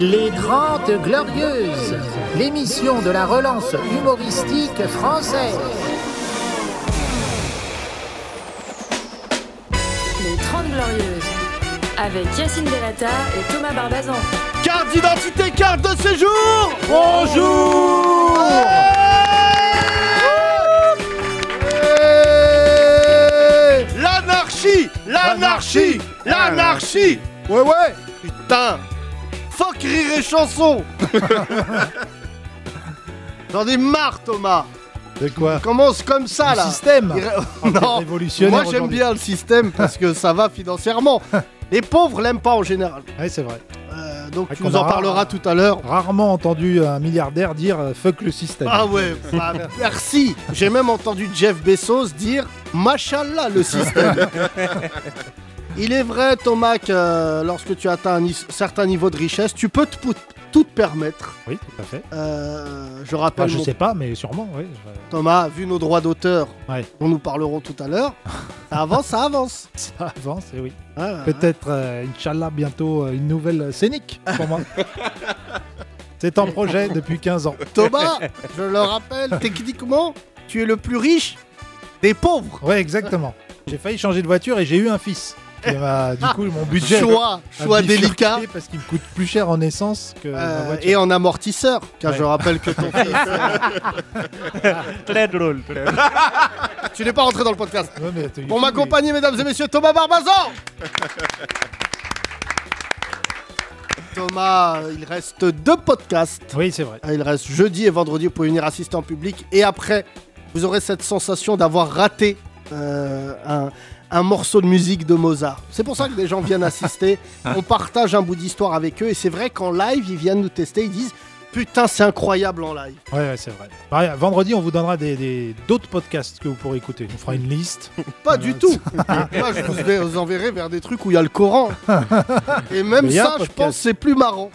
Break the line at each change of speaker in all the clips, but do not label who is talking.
Les Grandes Glorieuses, l'émission de la relance humoristique française.
Les 30 Glorieuses, avec Yacine Delata et Thomas Barbazan.
Carte d'identité, carte de séjour
Bonjour
Ouais L'anarchie L'anarchie L'anarchie
Ouais, ouais
Putain Fuck rire et chanson J'en ai marre Thomas
De quoi
Commence comme ça
Le
là
système.
Il re-
En fait,
Non
révolutionnaire
Moi j'aime
aujourd'hui.
bien le système parce que ça va financièrement. Les pauvres l'aiment pas en général.
Ouais, c'est vrai.
Euh, donc
Ah,
tu
qu'on
nous en
a-
parleras tout à l'heure.
Rarement entendu un milliardaire dire euh, fuck le système.
Ah ouais, bah, merci. J'ai même entendu Jeff Bezos dire Machallah le système. Il est vrai, Thomas, que euh, lorsque tu atteins un ni- certain niveau de richesse, tu peux te pou- tout te permettre.
Oui, tout à fait.
Euh, je
Enfin,
rappelle,
Ah, je
mon-
sais pas, mais sûrement, oui.
Thomas, vu nos droits d'auteur,
Ouais.
dont nous parlerons tout à l'heure, ça avance, ça avance. Hein,
Ça avance, et oui.
Ouais,
Ah.
ouais.
Peut-être, euh, Inch'Allah, bientôt euh, une nouvelle euh, scénique pour moi. c'est en projet depuis 15 ans.
Thomas, je le rappelle, techniquement, tu es le plus riche des pauvres.
Ouais, exactement. J'ai failli changer de voiture et j'ai eu un fils. Et bah,
Ah.
du coup, mon budget.
choix,
a
choix
bifurqué
délicat.
Parce qu'il me coûte plus cher en essence que ma
euh,
voiture.
et en amortisseur, car
Ouais.
je rappelle que ton fils,
Très drôle.
tu n'es pas rentré dans le podcast.
Ouais, mais attends, il
Pour
faut, mais-
m'accompagner, mesdames et messieurs, Thomas Barbazan Thomas, euh, il reste deux podcasts.
Oui, c'est vrai.
Ah, Il reste jeudi et vendredi pour venir assister en public. Et après, vous aurez cette sensation d'avoir raté euh, un, un morceau de musique de Mozart. C'est pour ça que des gens viennent assister. On partage un bout d'histoire avec eux. Et c'est vrai qu'en live, ils viennent nous tester. Ils disent Putain, c'est incroyable en live.
Ouais, ouais, c'est vrai. Bah, rien, vendredi, on vous donnera des- des- d'autres podcasts que vous pourrez écouter. On fera une liste.
Pas du tout. Moi, je vous, vais- vous enverrai vers des trucs où il y a le Coran. Et même
Mais il y a un
ça, je
podcast.
pense, que c'est plus marrant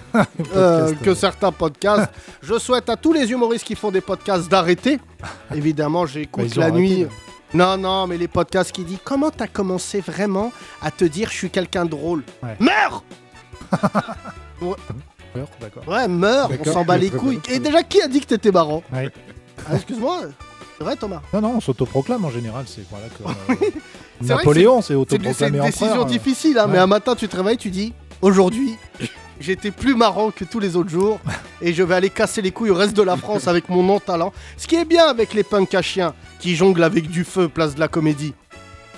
euh,
podcast,
que
euh.
certains podcasts. Je souhaite à tous les humoristes qui font des podcasts d'arrêter. Évidemment,
Bah,
j'écoute
ils ont
la
arrêté,
nuit.
là.
Non, non, mais les podcasts qui disent comment t'as commencé vraiment à te dire je suis quelqu'un de drôle.
Ouais.
Meurs
Peur, D'accord.
Ouais, meurs, on
D'accord.
s'en bat les couilles. Et déjà, qui a dit que t'étais marrant
Ouais.
Ah, Excuse-moi, c'est vrai Thomas
Non, non, on s'autoproclame en général. C'est voilà que. euh,
C'est vrai
Napoléon s'est
C'est une, c'est
autoproclamé
une
empereur.
décision
euh.
difficile, hein, mais
ouais.
un matin tu te réveilles, tu dis aujourd'hui j'étais plus marrant que tous les autres jours et je vais aller casser les couilles au reste de la France avec mon non talent. Ce qui est bien avec les punks à chiens qui jonglent avec du feu place de la comédie,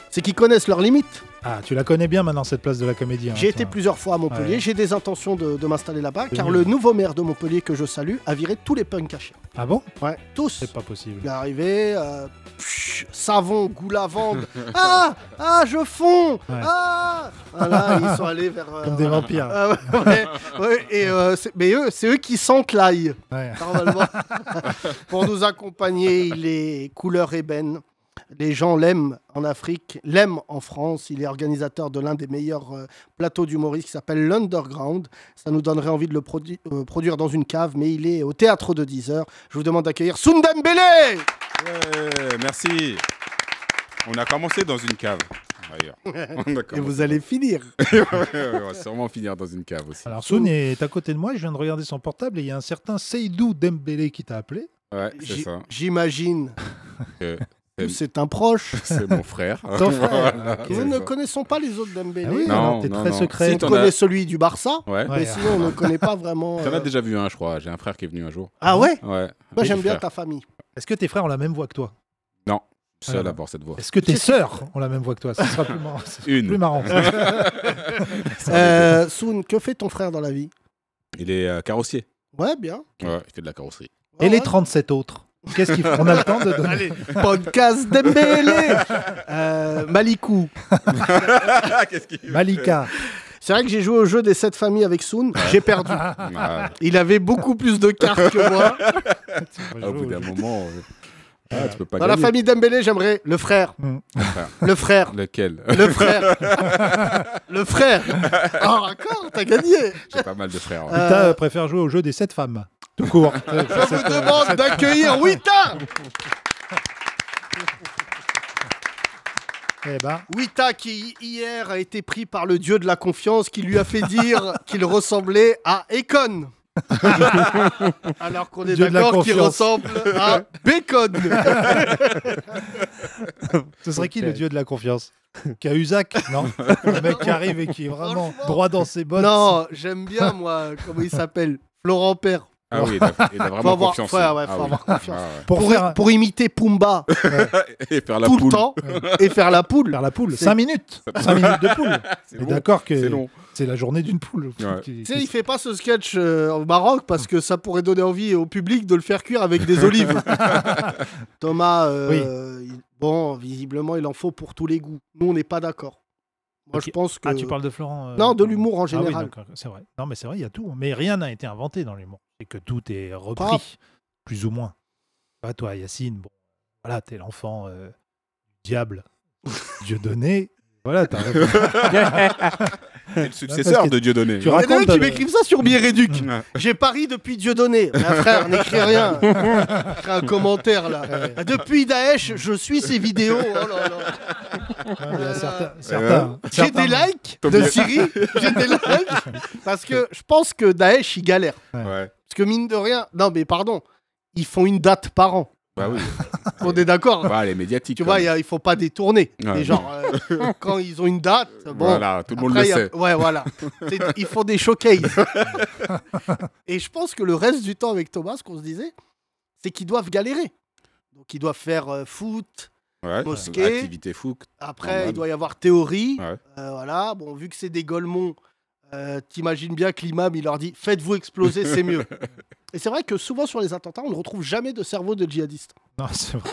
c'est qu'ils connaissent leurs limites.
Ah, tu la connais bien maintenant cette place de la comédie. hein,
J'ai été
toi.
plusieurs fois à Montpellier,
Ouais.
j'ai des intentions de, de m'installer là-bas
C'est
car
mieux.
le nouveau maire de Montpellier que je salue a viré tous les punks à chiens.
Ah bon
Ouais, tous.
C'est pas possible.
Il est arrivé, euh, psh, savon, goût lavande. ah, ah, je fonds.
Ouais.
Ah, voilà, ils sont allés vers. euh,
Comme des vampires.
Ah ouais, ouais, ouais, et euh, c'est- mais eux, c'est eux qui sentent l'ail,
Ouais.
normalement. Pour nous accompagner, il est couleur ébène. Les gens l'aiment en Afrique, l'aiment en France. Il est organisateur de l'un des meilleurs euh, plateaux d'humoristes qui s'appelle l'Underground. Ça nous donnerait envie de le produ- euh, produire dans une cave, mais il est au théâtre de 10 heures. Je vous demande d'accueillir Sundembele
Ouais, merci. On a commencé dans une cave, d'ailleurs. On a
Et
commencé-
vous allez finir.
on va sûrement finir dans une cave aussi.
Alors Soun est à côté de moi, je viens de regarder son portable et il y a un certain Seydou Dembélé qui t'a appelé.
Ouais, c'est
J-
ça.
J'imagine
Euh,
que c'est un proche.
C'est mon frère.
Ton frère. ok.
Nous
c'est
ne
ça.
connaissons pas les autres Dembélé.
Ah oui,
Non,
alors t'es
non,
très
non.
secret.
Si,
On
T'en
connaît
as-
celui du Barça,
Ouais.
Ouais.
mais sinon on ne connaît pas vraiment.
T'en
euh,
as déjà vu un, je crois. J'ai un frère qui est venu un jour.
Ah ouais
Ouais.
Moi j'aime bien ta famille.
Est-ce que tes frères ont la même voix que toi
Seul à avoir cette voix.
Est-ce que tes
Ah, C'est-
sœurs ont la même voix que toi Ce sera plus marrant. ce sera plus
Une.
marrant.
Euh, Soun, que fait ton frère dans la vie
Il est euh, carrossier.
Ouais, bien.
Ouais, il fait de la carrosserie.
Et
Ouais,
les
ouais.
37 autres Qu'est-ce qu'ils font On a le temps de donner.
Podcast Dembélé Euh, Malikou. Ah,
Qu'est-ce qu'il
Malika.
C'est vrai que j'ai joué au jeu des 7 familles avec Soun. J'ai perdu.
Ah,
Il avait beaucoup plus de cartes que moi.
Ah, Au bout d'un moment, euh, ah, tu peux pas
Dans la
gagner.
famille Dembélé, j'aimerais le frère.
Mm.
Le frère.
Lequel
Le frère. le frère. Ah, d'accord, t'as gagné.
J'ai pas mal de frères. hein. ouais.
Rita euh, préfère jouer au jeu des 7 femmes. Tout court. Euh,
Je vous demande d'accueillir Wita
Eh ben,
Wita qui hier a été pris par le dieu de la confiance qui lui a fait dire qu'il ressemblait à Econ. Alors qu'on est
Dieu de la
d'accord qu'il
confiance.
ressemble à Bacon.
ce serait qui
Ok.
le dieu de la confiance Cahuzac, non Le mec qui arrive et qui est vraiment
Franchement.
droit dans ses bottes.
non, j'aime bien moi, comment il s'appelle Florent Père.
Ah oui, il a, il a
Faut
vraiment
avoir-
confiance.
ouais, ouais,
Ah
faut
oui.
avoir confiance.
Ah ouais.
Pour,
Pour,
faire,
pour imiter Pumba
Et faire la
tout le
poule.
temps et faire la poule.
faire la poule.
C'est-
5 minutes. 5 minutes de poule.
C'est
Mais
long.
D'accord
C'est
que
long.
c'est la journée d'une poule.
Ouais.
Qui-
Tu sais,
qui-
il fait pas ce sketch euh, au Maroc parce que ça pourrait donner envie au public de le faire cuire avec des olives. Thomas, euh, il- bon, visiblement, il en faut pour tous les goûts. Nous, on n'est pas d'accord. Moi,
Ok.
je pense que.
Ah, tu parles de Florent euh,
Non, de
Florent.
l'humour en
Ah oui,
général.
donc, c'est vrai. Non, mais c'est vrai, il y a tout. hein. Mais rien n'a été inventé dans l'humour. C'est que tout est repris,
Grave.
plus ou moins. Pas toi, Yacine, bon, voilà, t'es l'enfant euh, du diable, Dieu donné. Voilà, t'as
C'est le successeur
que
de Dieudonné.
tu
Il y en a
racontes.
qui
euh,
m'écrivent ça sur Biéréduc.
Ouais.
J'ai pari depuis Dieudonné. Ah, frère, n'écris rien. Écris un commentaire là. Ah, Depuis Daesh, je suis ses vidéos. Oh là là.
ouais, mais il y a certains- certains-
J'ai
certains- hein.
des likes
T'as
de
oublié.
Syrie. J'ai des likes parce que je pense que Daesh, il galère.
Ouais.
Parce que mine de rien, non mais pardon, ils font une date par an.
Bah oui.
On est d'accord. hein.
Bah, elle est médiatique.
tu
quand
vois,
même.
il ne faut pas détourner.
Ouais.
Les gens, euh, quand ils ont une date, bon.
Voilà, tout le monde le
après, il y a-
sait.
Ouais, voilà. C'est- Ils font des showcases. Et je pense que le reste du temps avec Thomas, ce qu'on se disait, c'est qu'ils doivent galérer. Donc ils doivent faire euh, foot.
Ouais.
Mosquée.
Activité fouque.
Après,
Normal.
il doit y avoir théorie.
Ouais.
Euh, voilà. Bon, vu que c'est des Golemons, euh, t'imagines bien que l'imam, il leur dit faites-vous exploser, c'est mieux. Et c'est vrai que souvent sur les attentats, on ne retrouve jamais de cerveau de djihadistes.
Non, c'est vrai.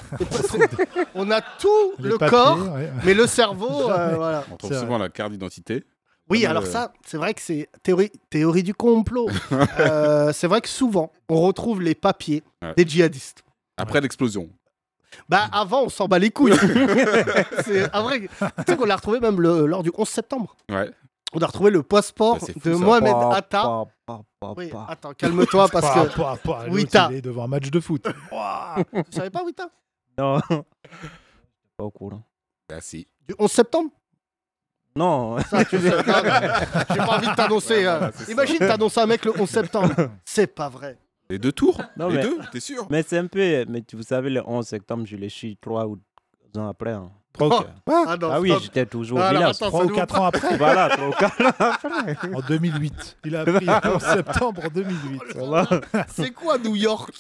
On a tout
Les
le
papiers,
corps,
ouais.
mais le cerveau, euh,
Jamais. Ah,
voilà.
On trouve
C'est
souvent la carte d'identité.
Oui,
Comme,
alors
euh,
ça, c'est vrai que c'est théorie, théorie du complot. Euh, c'est vrai que souvent, on retrouve les papiers
Ouais.
des djihadistes.
Après l'explosion.
Bah, avant, on s'en bat les couilles. c'est un vrai. Tu sais qu'on l'a retrouvé même le- lors du 11 septembre.
Ouais.
On a retrouvé le passeport
Ça, c'est fou,
de
ça.
Mohamed Atta.
Pa, pa, pa,
Oui, Ah.
pa.
attends, calme-toi parce que.
Pouah, pouah, pouah, l'autre,
Wita.
il est devant un match de foot. Pouah.
Tu savais pas, Wita
Non. Pas au courant.
Bah si.
Du 11 septembre
Non.
Ça, tu sais, non, mais J'ai pas envie de t'annoncer.
Ouais,
Ah,
euh,
voilà, c'est ça.
Imagine, t'annonces un mec le 11 septembre. C'est pas vrai.
Les deux tours
Non,
Les
mais-
deux T'es sûr
Mais c'est un peu. Mais tu- vous savez, le 11 septembre, je l'ai suis trois ou deux ans après. hein.
Trois ou-
Ah, non,
ah oui,
stop.
j'étais toujours au
Ah, alors,
village.
attends,
trois
ça
ou
nous-
4 ans après,
Voilà, trois ou quatre.
en 2008. Il a appris en septembre 2008.
Voilà.
C'est quoi New York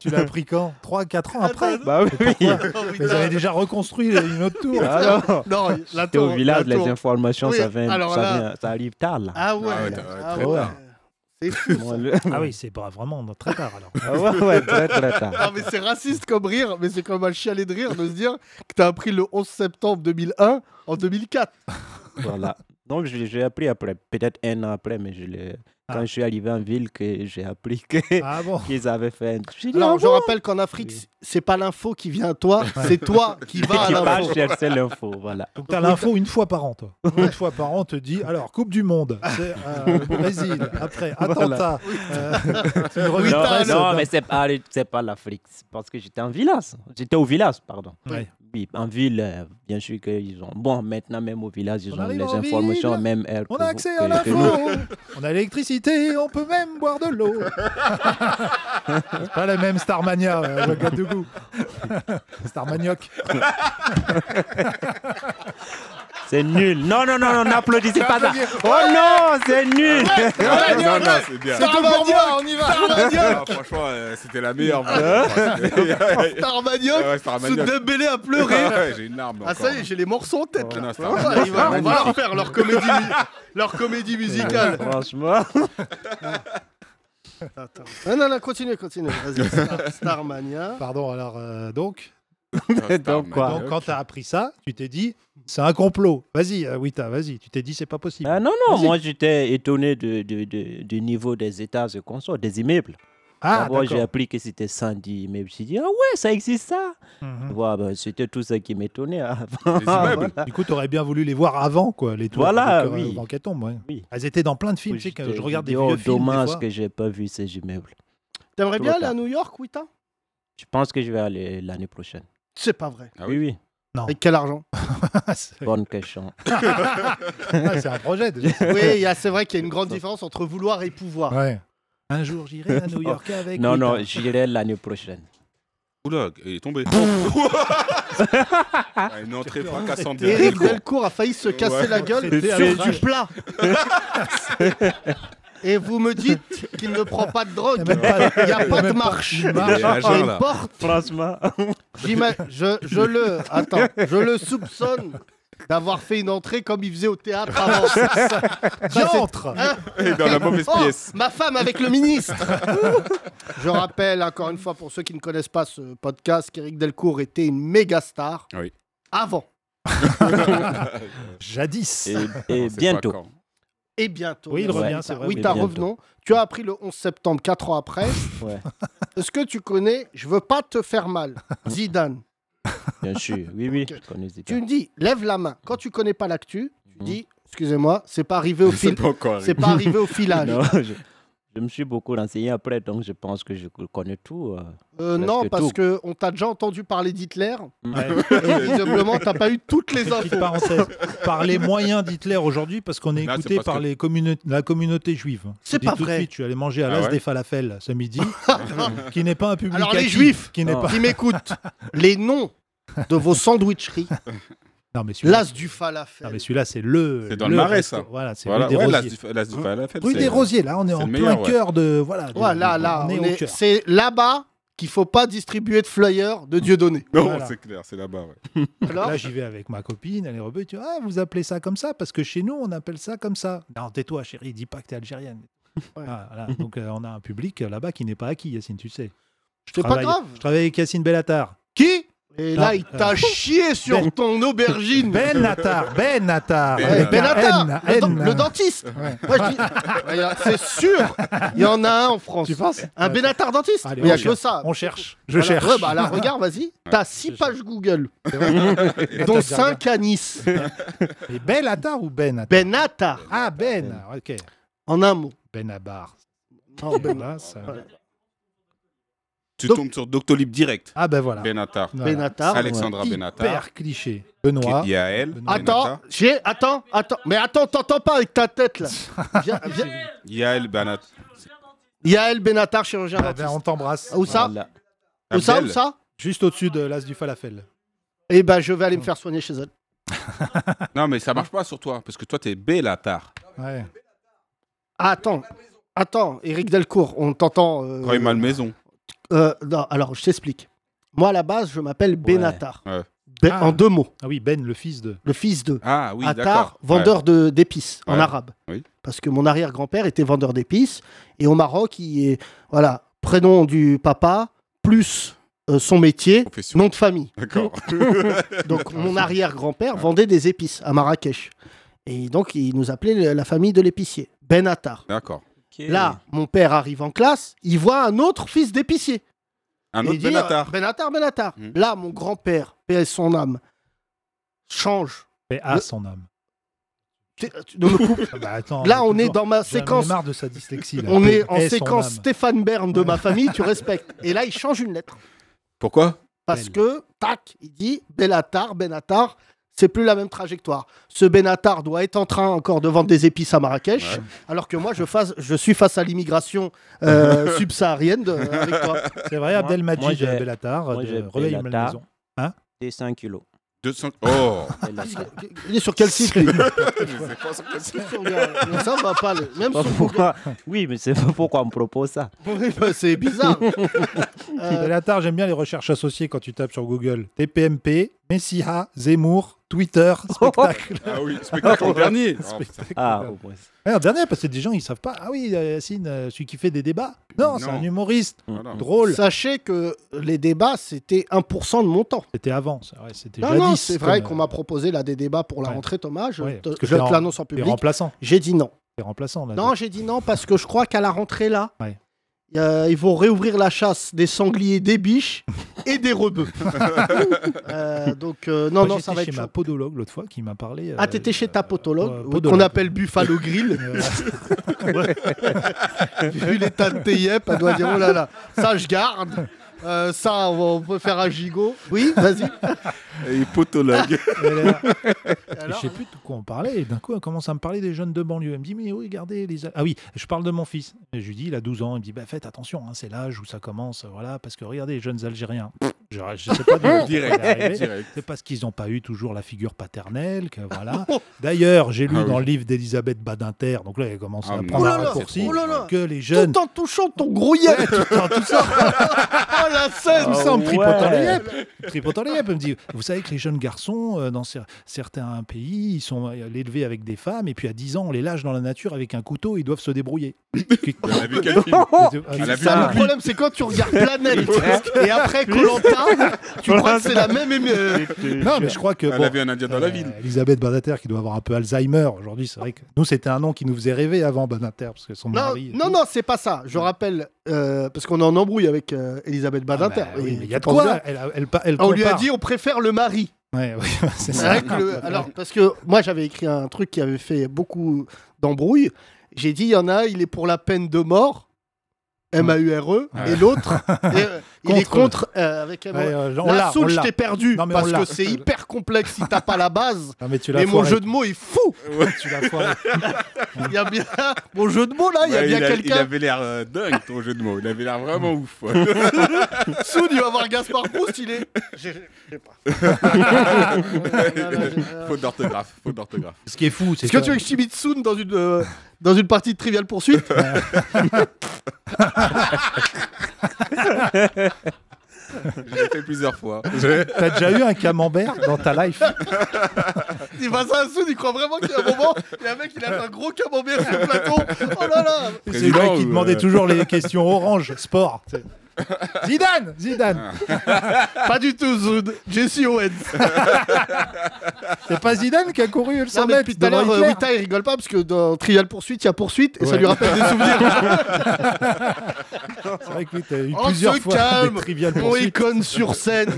Tu l'as appris quand 3-4
Ah,
ans après
Bah oui.
Mais Ils
bah.
avaient déjà reconstruit une autre tour.
Ah non.
Non, la
J'étais au
tour,
village,
la tour.
les informations,
Oui,
ça, vient,
alors
ça,
là-
vient- ça arrive tard là.
Ah ouais.
Ah ouais, t'as- ouais,
ah
très
ouais.
tard.
C'est fou.
Moi,
ça.
le-
Ah oui, c'est pas vraiment très tard alors.
Ah ouais, ouais, très très
Ah
tard.
mais c'est raciste comme rire, mais c'est comme un chialer de rire de se dire que t'as appris le 11 septembre 2001 en 2004.
Voilà. Donc je l'ai- j'ai appris après, peut-être un an après, mais je l'ai- quand
Ah.
je suis arrivé en ville, que j'ai appris que-
Ah bon
qu'ils avaient fait. un- J'ai dit,
Alors
ah
je
bon
rappelle qu'en Afrique,
Oui.
c'est pas l'info qui vient à toi, c'est toi qui vas à
Qui va
l'info.
chercher l'info, voilà.
Donc t'as l'info une fois par an, toi. Une fois par an, on te dit alors Coupe du Monde, c'est euh, Brésil, après attentat. euh, c'est une revue de
non,
presse.
non, mais c'est pas, c'est pas l'Afrique, c'est parce que j'étais en village. J'étais au village, pardon.
Ouais.
Oui, en ville, euh, bien sûr qu'ils ont. Bon, maintenant même au village, ils
On
ont
arrive
les
en
informations,
ville,
même heure
On
que
a
vous-
accès à
que- que nous.
l'info, on a l'électricité, on peut même boire de l'eau. C'est pas la même Starmania, euh, Ouagadougou. Starmanioc.
C'est nul. Non, non, non, non, n'applaudissez pas ça. Oh non, c'est nul.
Non, non, non, c'est bien.
tout pour moi, on y va.
Ah, franchement, euh, c'était la meilleure. Starmagnoc,
Starmagnoc, sous Dembélé a pleuré.
J'ai une larme.
Ah ça y est, j'ai les morceaux en tête.
Ah,
là.
non,
Ah,
Starmagnoc,
ils vont- On
c'est
va leur faire leur comédie, mu- leur comédie musicale.
Franchement.
Attends. Non, non, non, continue, continue. Vas-y, Star- Starmania.
Pardon, alors euh, donc,
est.
Donc, quoi
donc quand t'as appris ça, tu t'es dit c'est un complot. Vas-y, euh, Wita, vas-y. Tu t'es dit c'est pas possible.
Ah non, non,
Vas-y.
moi j'étais étonné de- de- de- du niveau des étages et consorts, des immeubles.
Ah,
D'abord, j'ai
d'accord.
appris que c'était 110 immeubles. J'ai dit, ah ouais, ça existe ça.
Mhm.
Ouais, ben, c'était tout ça qui m'étonnait. hein. avant.
Les immeubles.
Voilà.
Du coup, t'aurais bien voulu les voir avant, quoi, les tours.
Voilà,
donc, euh,
oui.
avant qu'elles tombent, ouais.
Oui.
Elles étaient dans plein de films. Tu sais que
J'étais-
je regarde des
j'ai dit,
vieux
oh,
films. des
Dommage
fois.
que j'ai pas vu ces immeubles.
T'aimerais
Tout
bien
le
aller
temps.
à New York, Wita
Je pense que je vais aller l'année prochaine.
C'est pas vrai.
Ah
Oui, oui.
Avec quel argent
Bonne question.
Ah, c'est un projet déjà.
Oui, il y a- c'est vrai qu'il y a une grande différence entre vouloir et pouvoir.
Ouais. Un jour, j'irai à New York avec.
Non, non,
Rita.
j'irai l'année prochaine.
Oula, il est tombé. Ah, Une entrée fracassante de
Eric
Delcourt.
Delcourt a failli se casser
Ouais.
la gueule
C'était
sur
un
du plat. Et vous me dites qu'il ne prend pas de drogue.
Même pas-
Il n'y a pas de
même pas-
marche.
Il marche.
Il est à
Il y a
jeun,
une
là.
porte.
Franchement.
J'ima- Je, je le attends, je le soupçonne d'avoir fait une entrée comme il faisait au théâtre avant.
Ah,
Diantre
Et dans la mauvaise
Oh,
pièce.
ma femme avec le ministre. je rappelle encore une fois pour ceux qui ne connaissent pas ce podcast qu'Éric Delcourt était une méga star.
Oui.
Avant
Jadis.
Et,
Non,
et
c'est pas
bientôt.
quand.
et bientôt.
Oui, il
merci,
revient,
Wita.
c'est vrai,
Wita,
oui, bientôt.
revenons. Tu as appris le 11 septembre, 4 ans après.
Ouais,
Est-ce que tu connais Je veux pas te faire mal. Zidane.
bien sûr. Oui, oui. je connais
Tu
Zidane.
me dis, lève la main. Quand tu connais pas l'actu, tu dis, excusez-moi, c'est pas arrivé au fil.
C'est pas encore
C'est
arrivé.
pas arrivé au filage.
Non, je, je me suis beaucoup renseigné après, donc je pense que je connais tout. euh.
Euh,
Presque
non, parce
tout.
que on t'a déjà entendu parler d'Hitler.
Ouais.
Et visiblement, t'as pas eu toutes les
Petite
infos.
parenthèse. Par les moyens d'Hitler aujourd'hui, parce qu'on est
Là, c'est
écouté
parce
par
que-
les communa- la communauté juive.
C'est
Je dis
pas
tout de
vrai.
suite, je suis allé manger à
Ah
l'As
ouais
des falafels ce midi, qui n'est pas un public.
Alors, les
acquis,
Juifs
qui n'est
Non.
pas.
Qui m'écoutent Les noms de vos sandwicheries.
Non, mais celui-là,
L'as du falafel.
non, mais celui-là, c'est le.
C'est dans le
le
Marais,
resto.
ça.
Voilà, c'est
Voilà,
rue des
ouais, l'as
Rosiers.
du l'as du falafel,
Rue
c'est-
des Rosiers, là, on est
c'est
en plein
le meilleur, ouais.
cœur de. Voilà, de-
Ouais, là, là,
on est
on
au
est-
cœur.
c'est là-bas qu'il faut pas distribuer de flyers de Dieu donné.
Non,
Voilà.
c'est clair, c'est là-bas. ouais.
Alors,
Là, j'y vais avec ma copine, elle est rebelle. Tu vois, ah, vous appelez ça comme ça Parce que chez nous, on appelle ça comme ça. Non, tais-toi, chérie, dis pas que t'es algérienne. Ah, voilà. Donc, euh, on a un public euh, là-bas qui n'est pas acquis, Yacine, tu sais. Je
C'est pas
travaille-
grave.
Je travaille avec Yacine Bellatar.
Qui Et
Ah,
là, il t'a
euh,
chié sur
Ben-
ton aubergine.
Ben Attar, Ben Attar.
Ben
avec
Ben
un
Attar,
N,
le,
N.
den- le dentiste. Moi, je dis- Ouais, C'est sûr, il y en a un en France.
Tu penses
Un Benatar dentiste.
Allez,
Il n'y
on
a que
cherche.
ça.
On cherche. Je
Voilà.
cherche.
Ouais, bah, alors, regarde, vas-y. T'as 6 pages Google, dont
Attends,
5 à Nice.
Mais Ben Attar ou Ben Attar
Benatar,
Ah, Ben. Ok.
en un mot.
Ben Abar.
Non, Ben-
Là, ça-
Tu
Donc-
tombes sur Doctolib direct.
Ah, ben voilà.
Benatar.
Voilà.
Benatar.
Alexandra Benatar.
Hyper cliché. Benoît.
Yael.
Benoît.
Attends,
Benatar.
j'ai. Attends, attends. Mais attends, t'entends pas avec ta tête là. Viens, viens.
Yael Benatar.
Yael Benatar, chirurgien
Ah, ben,
dentiste.
on t'embrasse.
Ah, Où ça
Voilà.
Où ça Où
Abdel.
ça
Juste au-dessus de l'as du falafel.
Eh ben, je vais aller me faire soigner chez elle.
Non, mais ça marche pas sur toi, parce que toi, t'es Bellatar.
Ouais.
Ah, attends. Attends, Eric Delcourt, on t'entend. euh,
Quand il m'a le maison.
euh, non, alors, je t'explique. Moi, à la base, je m'appelle Benatar.
Ouais.
Ben-
Ah.
En deux mots.
Ah oui, Ben, le fils de.
Le fils de.
Ah oui,
Attar,
d'accord.
vendeur de- d'épices en
Ouais.
arabe.
Oui.
Parce que mon arrière-grand-père était vendeur d'épices. Et au Maroc, il est, voilà, prénom du papa, plus euh, son métier,
Ouais, profession.
nom de famille.
D'accord.
Donc mon arrière-grand-père vendait des épices à Marrakech. Et donc il nous appelait le- la famille de l'épicier, Ben Attar.
D'accord.
Là, mon père arrive en classe, il voit un autre fils d'épicier.
Un
Et
autre
il dit, euh,
Benatar.
Ben Attar, Ben Attar.
Mm.
Là, mon grand-père, paix à son âme, change.
Mais à
Le-
son âme.
Tu- tu ne me coupes-
Ah bah attends,
Là,
mais
on est
toujours.
dans ma
J'en ai
séquence
marre de sa dyslexie. là.
On est en
son
séquence
âme.
Stéphane Bern de ma famille, tu respectes. Et là, il change une lettre.
Pourquoi
Parce
Belle.
que, tac, il dit Benatar, Benatar, c'est plus la même trajectoire. Ce Benatar doit être en train encore de vendre des épices à Marrakech,
Ouais.
alors que moi, je, fasse- je suis face à l'immigration euh, subsaharienne de- avec toi.
C'est vrai,
Moi- moi,
Abdelmajid
j'ai-
Bellatar,
moi,
de
j'ai
Réveil à la
Bellatar.
maison.
5 kilos.
200. Oh
Et là, ça-
Bah, Il est sur quel site, lui
Je sais pas sur quel site.
Mais Ça va pas. le- Même sur Google.
Pourquoi Oui, mais c'est pas pourquoi on me propose ça.
Oui, bah, c'est bizarre. Euh,
Bellatar, j'aime bien les recherches associées quand tu tapes sur Google. TPMP, Messiha, Zemmour, Twitter, spectacle.
Ah oui, spectacle en dernier. Oh, putain.
Spectacle.
Ah, au moins.
Ouais, en dernier, parce que des gens, ils savent pas. Ah oui, euh, Yacine, euh, celui qui fait des débats. Non, c'est
Non.
un humoriste.
Oh, Voilà.
Drôle.
sachez que les débats, c'était 1% de mon temps.
C'était avant. ça, ouais, C'était
Non,
jadis,
non, c'est
comme,
vrai
euh,
qu'on m'a proposé là des débats pour la
Ouais.
rentrée, Thomas. Je,
Ouais,
te-
parce que
je
t'es en-
te l'annonce en
euh, T'es
public.
remplaçant.
J'ai dit non.
T'es remplaçant. Là,
Non, j'ai dit non parce que je crois qu'à la rentrée là,
Ouais.
euh, ils vont réouvrir la chasse des sangliers, des biches et des rebeux. Euh, donc euh, non,
Moi,
non,
j'étais
ça va
chez
être
ma
chaud.
podologue l'autre fois qui m'a parlé.
Ah,
euh,
t'étais chez
euh,
ta potologue,
euh,
oui, qu'on
podologue.
appelle Buffalo Grill.
Euh,
Vu l'état de tes yeux, elle doit dire oh là là, ça je garde. Euh, ça, on va- on peut faire un gigot. Oui, vas-y.
Hypotologue.
Je sais plus de quoi on parlait. Et d'un coup, elle commence à me parler des jeunes de banlieue. Elle me dit, mais oui, regardez les. Ah oui, je parle de mon fils. Et je lui dis, il a 12 ans. Il me dit, bah, faites attention, hein, c'est l'âge où ça commence. Voilà, parce que regardez les jeunes Algériens. Je, je sais pas d'où
Direct,
c'est arrivé.
direct.
C'est parce qu'ils n'ont pas eu toujours la figure paternelle que voilà.
Oh.
D'ailleurs, j'ai lu
Ah oui.
dans le livre d'Elisabeth Badinter, donc là, elle commence
Ah,
à
mais-
prendre
Oh là
un
là,
raccourci,
oh là là.
que les jeunes,
Tout en touchant ton gros yep.
tout Ah, ça,
Oh la scène.
tout ça, en me
ouais.
tripotant les yeux. Tripotant les yeux, elle me dit, vous savez que les jeunes garçons, euh, dans cer- certains pays, ils sont euh, élevés avec des femmes, et puis à 10 ans, on les lâche dans la nature avec un couteau, ils doivent se débrouiller. Oh
On a vu quel film Elle a vu
Ça,
Ah.
un
le problème, c'est quand tu regardes Planète et après Colanta, tu crois que c'est la même. émi- euh,
Non, mais je crois que...
Elle
bon,
a vu un Indien dans la
Euh,
ville.
Elisabeth Badinter qui doit avoir un peu Alzheimer aujourd'hui, c'est vrai que nous c'était un nom qui nous faisait rêver avant Badinter parce que son
Non,
mari.
non, non, c'est pas ça. Je rappelle, euh, parce qu'on est en embrouille avec euh, Elisabeth
Ah bah
Badinter.
oui,
Et
mais il
tu
y a de
penses
quoi
bien. Ah,
elle, a- elle, pa- elle
On lui a
compare.
dit, on préfère le mari.
Ouais, oui, c'est
C'est
ça.
vrai que le- alors, parce que moi, j'avais écrit un truc qui avait fait beaucoup d'embrouilles. J'ai dit, il y en a, il est pour la peine de mort, M-A-U-R-E, E, et l'autre, euh, il est contre, euh, avec M.
Ouais, euh, on l'a,
La
on
soul, je
l'a.
t'ai perdu,
Non, mais on
parce
l'a.
que c'est hyper complexe si t'as pas la base.
Non, mais tu l'as
Et mon
foiré.
jeu de mots est fou.
Tu l'as foiré.
Il y a bien mon jeu de mots là, Ah, il y a
Ouais,
bien
il, a- il
quelqu'un.
avait l'air euh, dingue, ton jeu de mots. Il avait l'air vraiment
Mm.
ouf.
Soud, il va voir Gaspard Proust, il est. Je je sais pas.
faute d'orthographe. Faute d'orthographe.
Ce qui est fou, c'est
Est-ce que tu veux que je t'imite Soud dans une euh, dans une partie de Trivial Poursuite
Je l'ai fait plusieurs fois.
as déjà eu un camembert dans ta life.
Il va ça à Soud, il croit vraiment qu'il y a un moment, il y a un mec, il a fait un gros camembert sur le plateau. Oh là là
C'est le
Président
mec qui
ou,
demandait
euh,
toujours les questions orange, sport. tu sais. Zidane, Zidane.
Ah.
Pas du tout Soud, Jesse Owens.
C'est pas Zidane qui a couru le 100
Non mais
mètres
depuis tout à l'heure,
devant Hitler.
euh, Wita, il rigole pas parce que dans Trivial Poursuite, il y a Poursuite et ça
Ouais.
lui rappelle des souvenirs.
C'est vrai que oui, t'as eu
On
plusieurs
se
fois
Oh, calme.
des triviales
On
poursuites.
icône sur scène.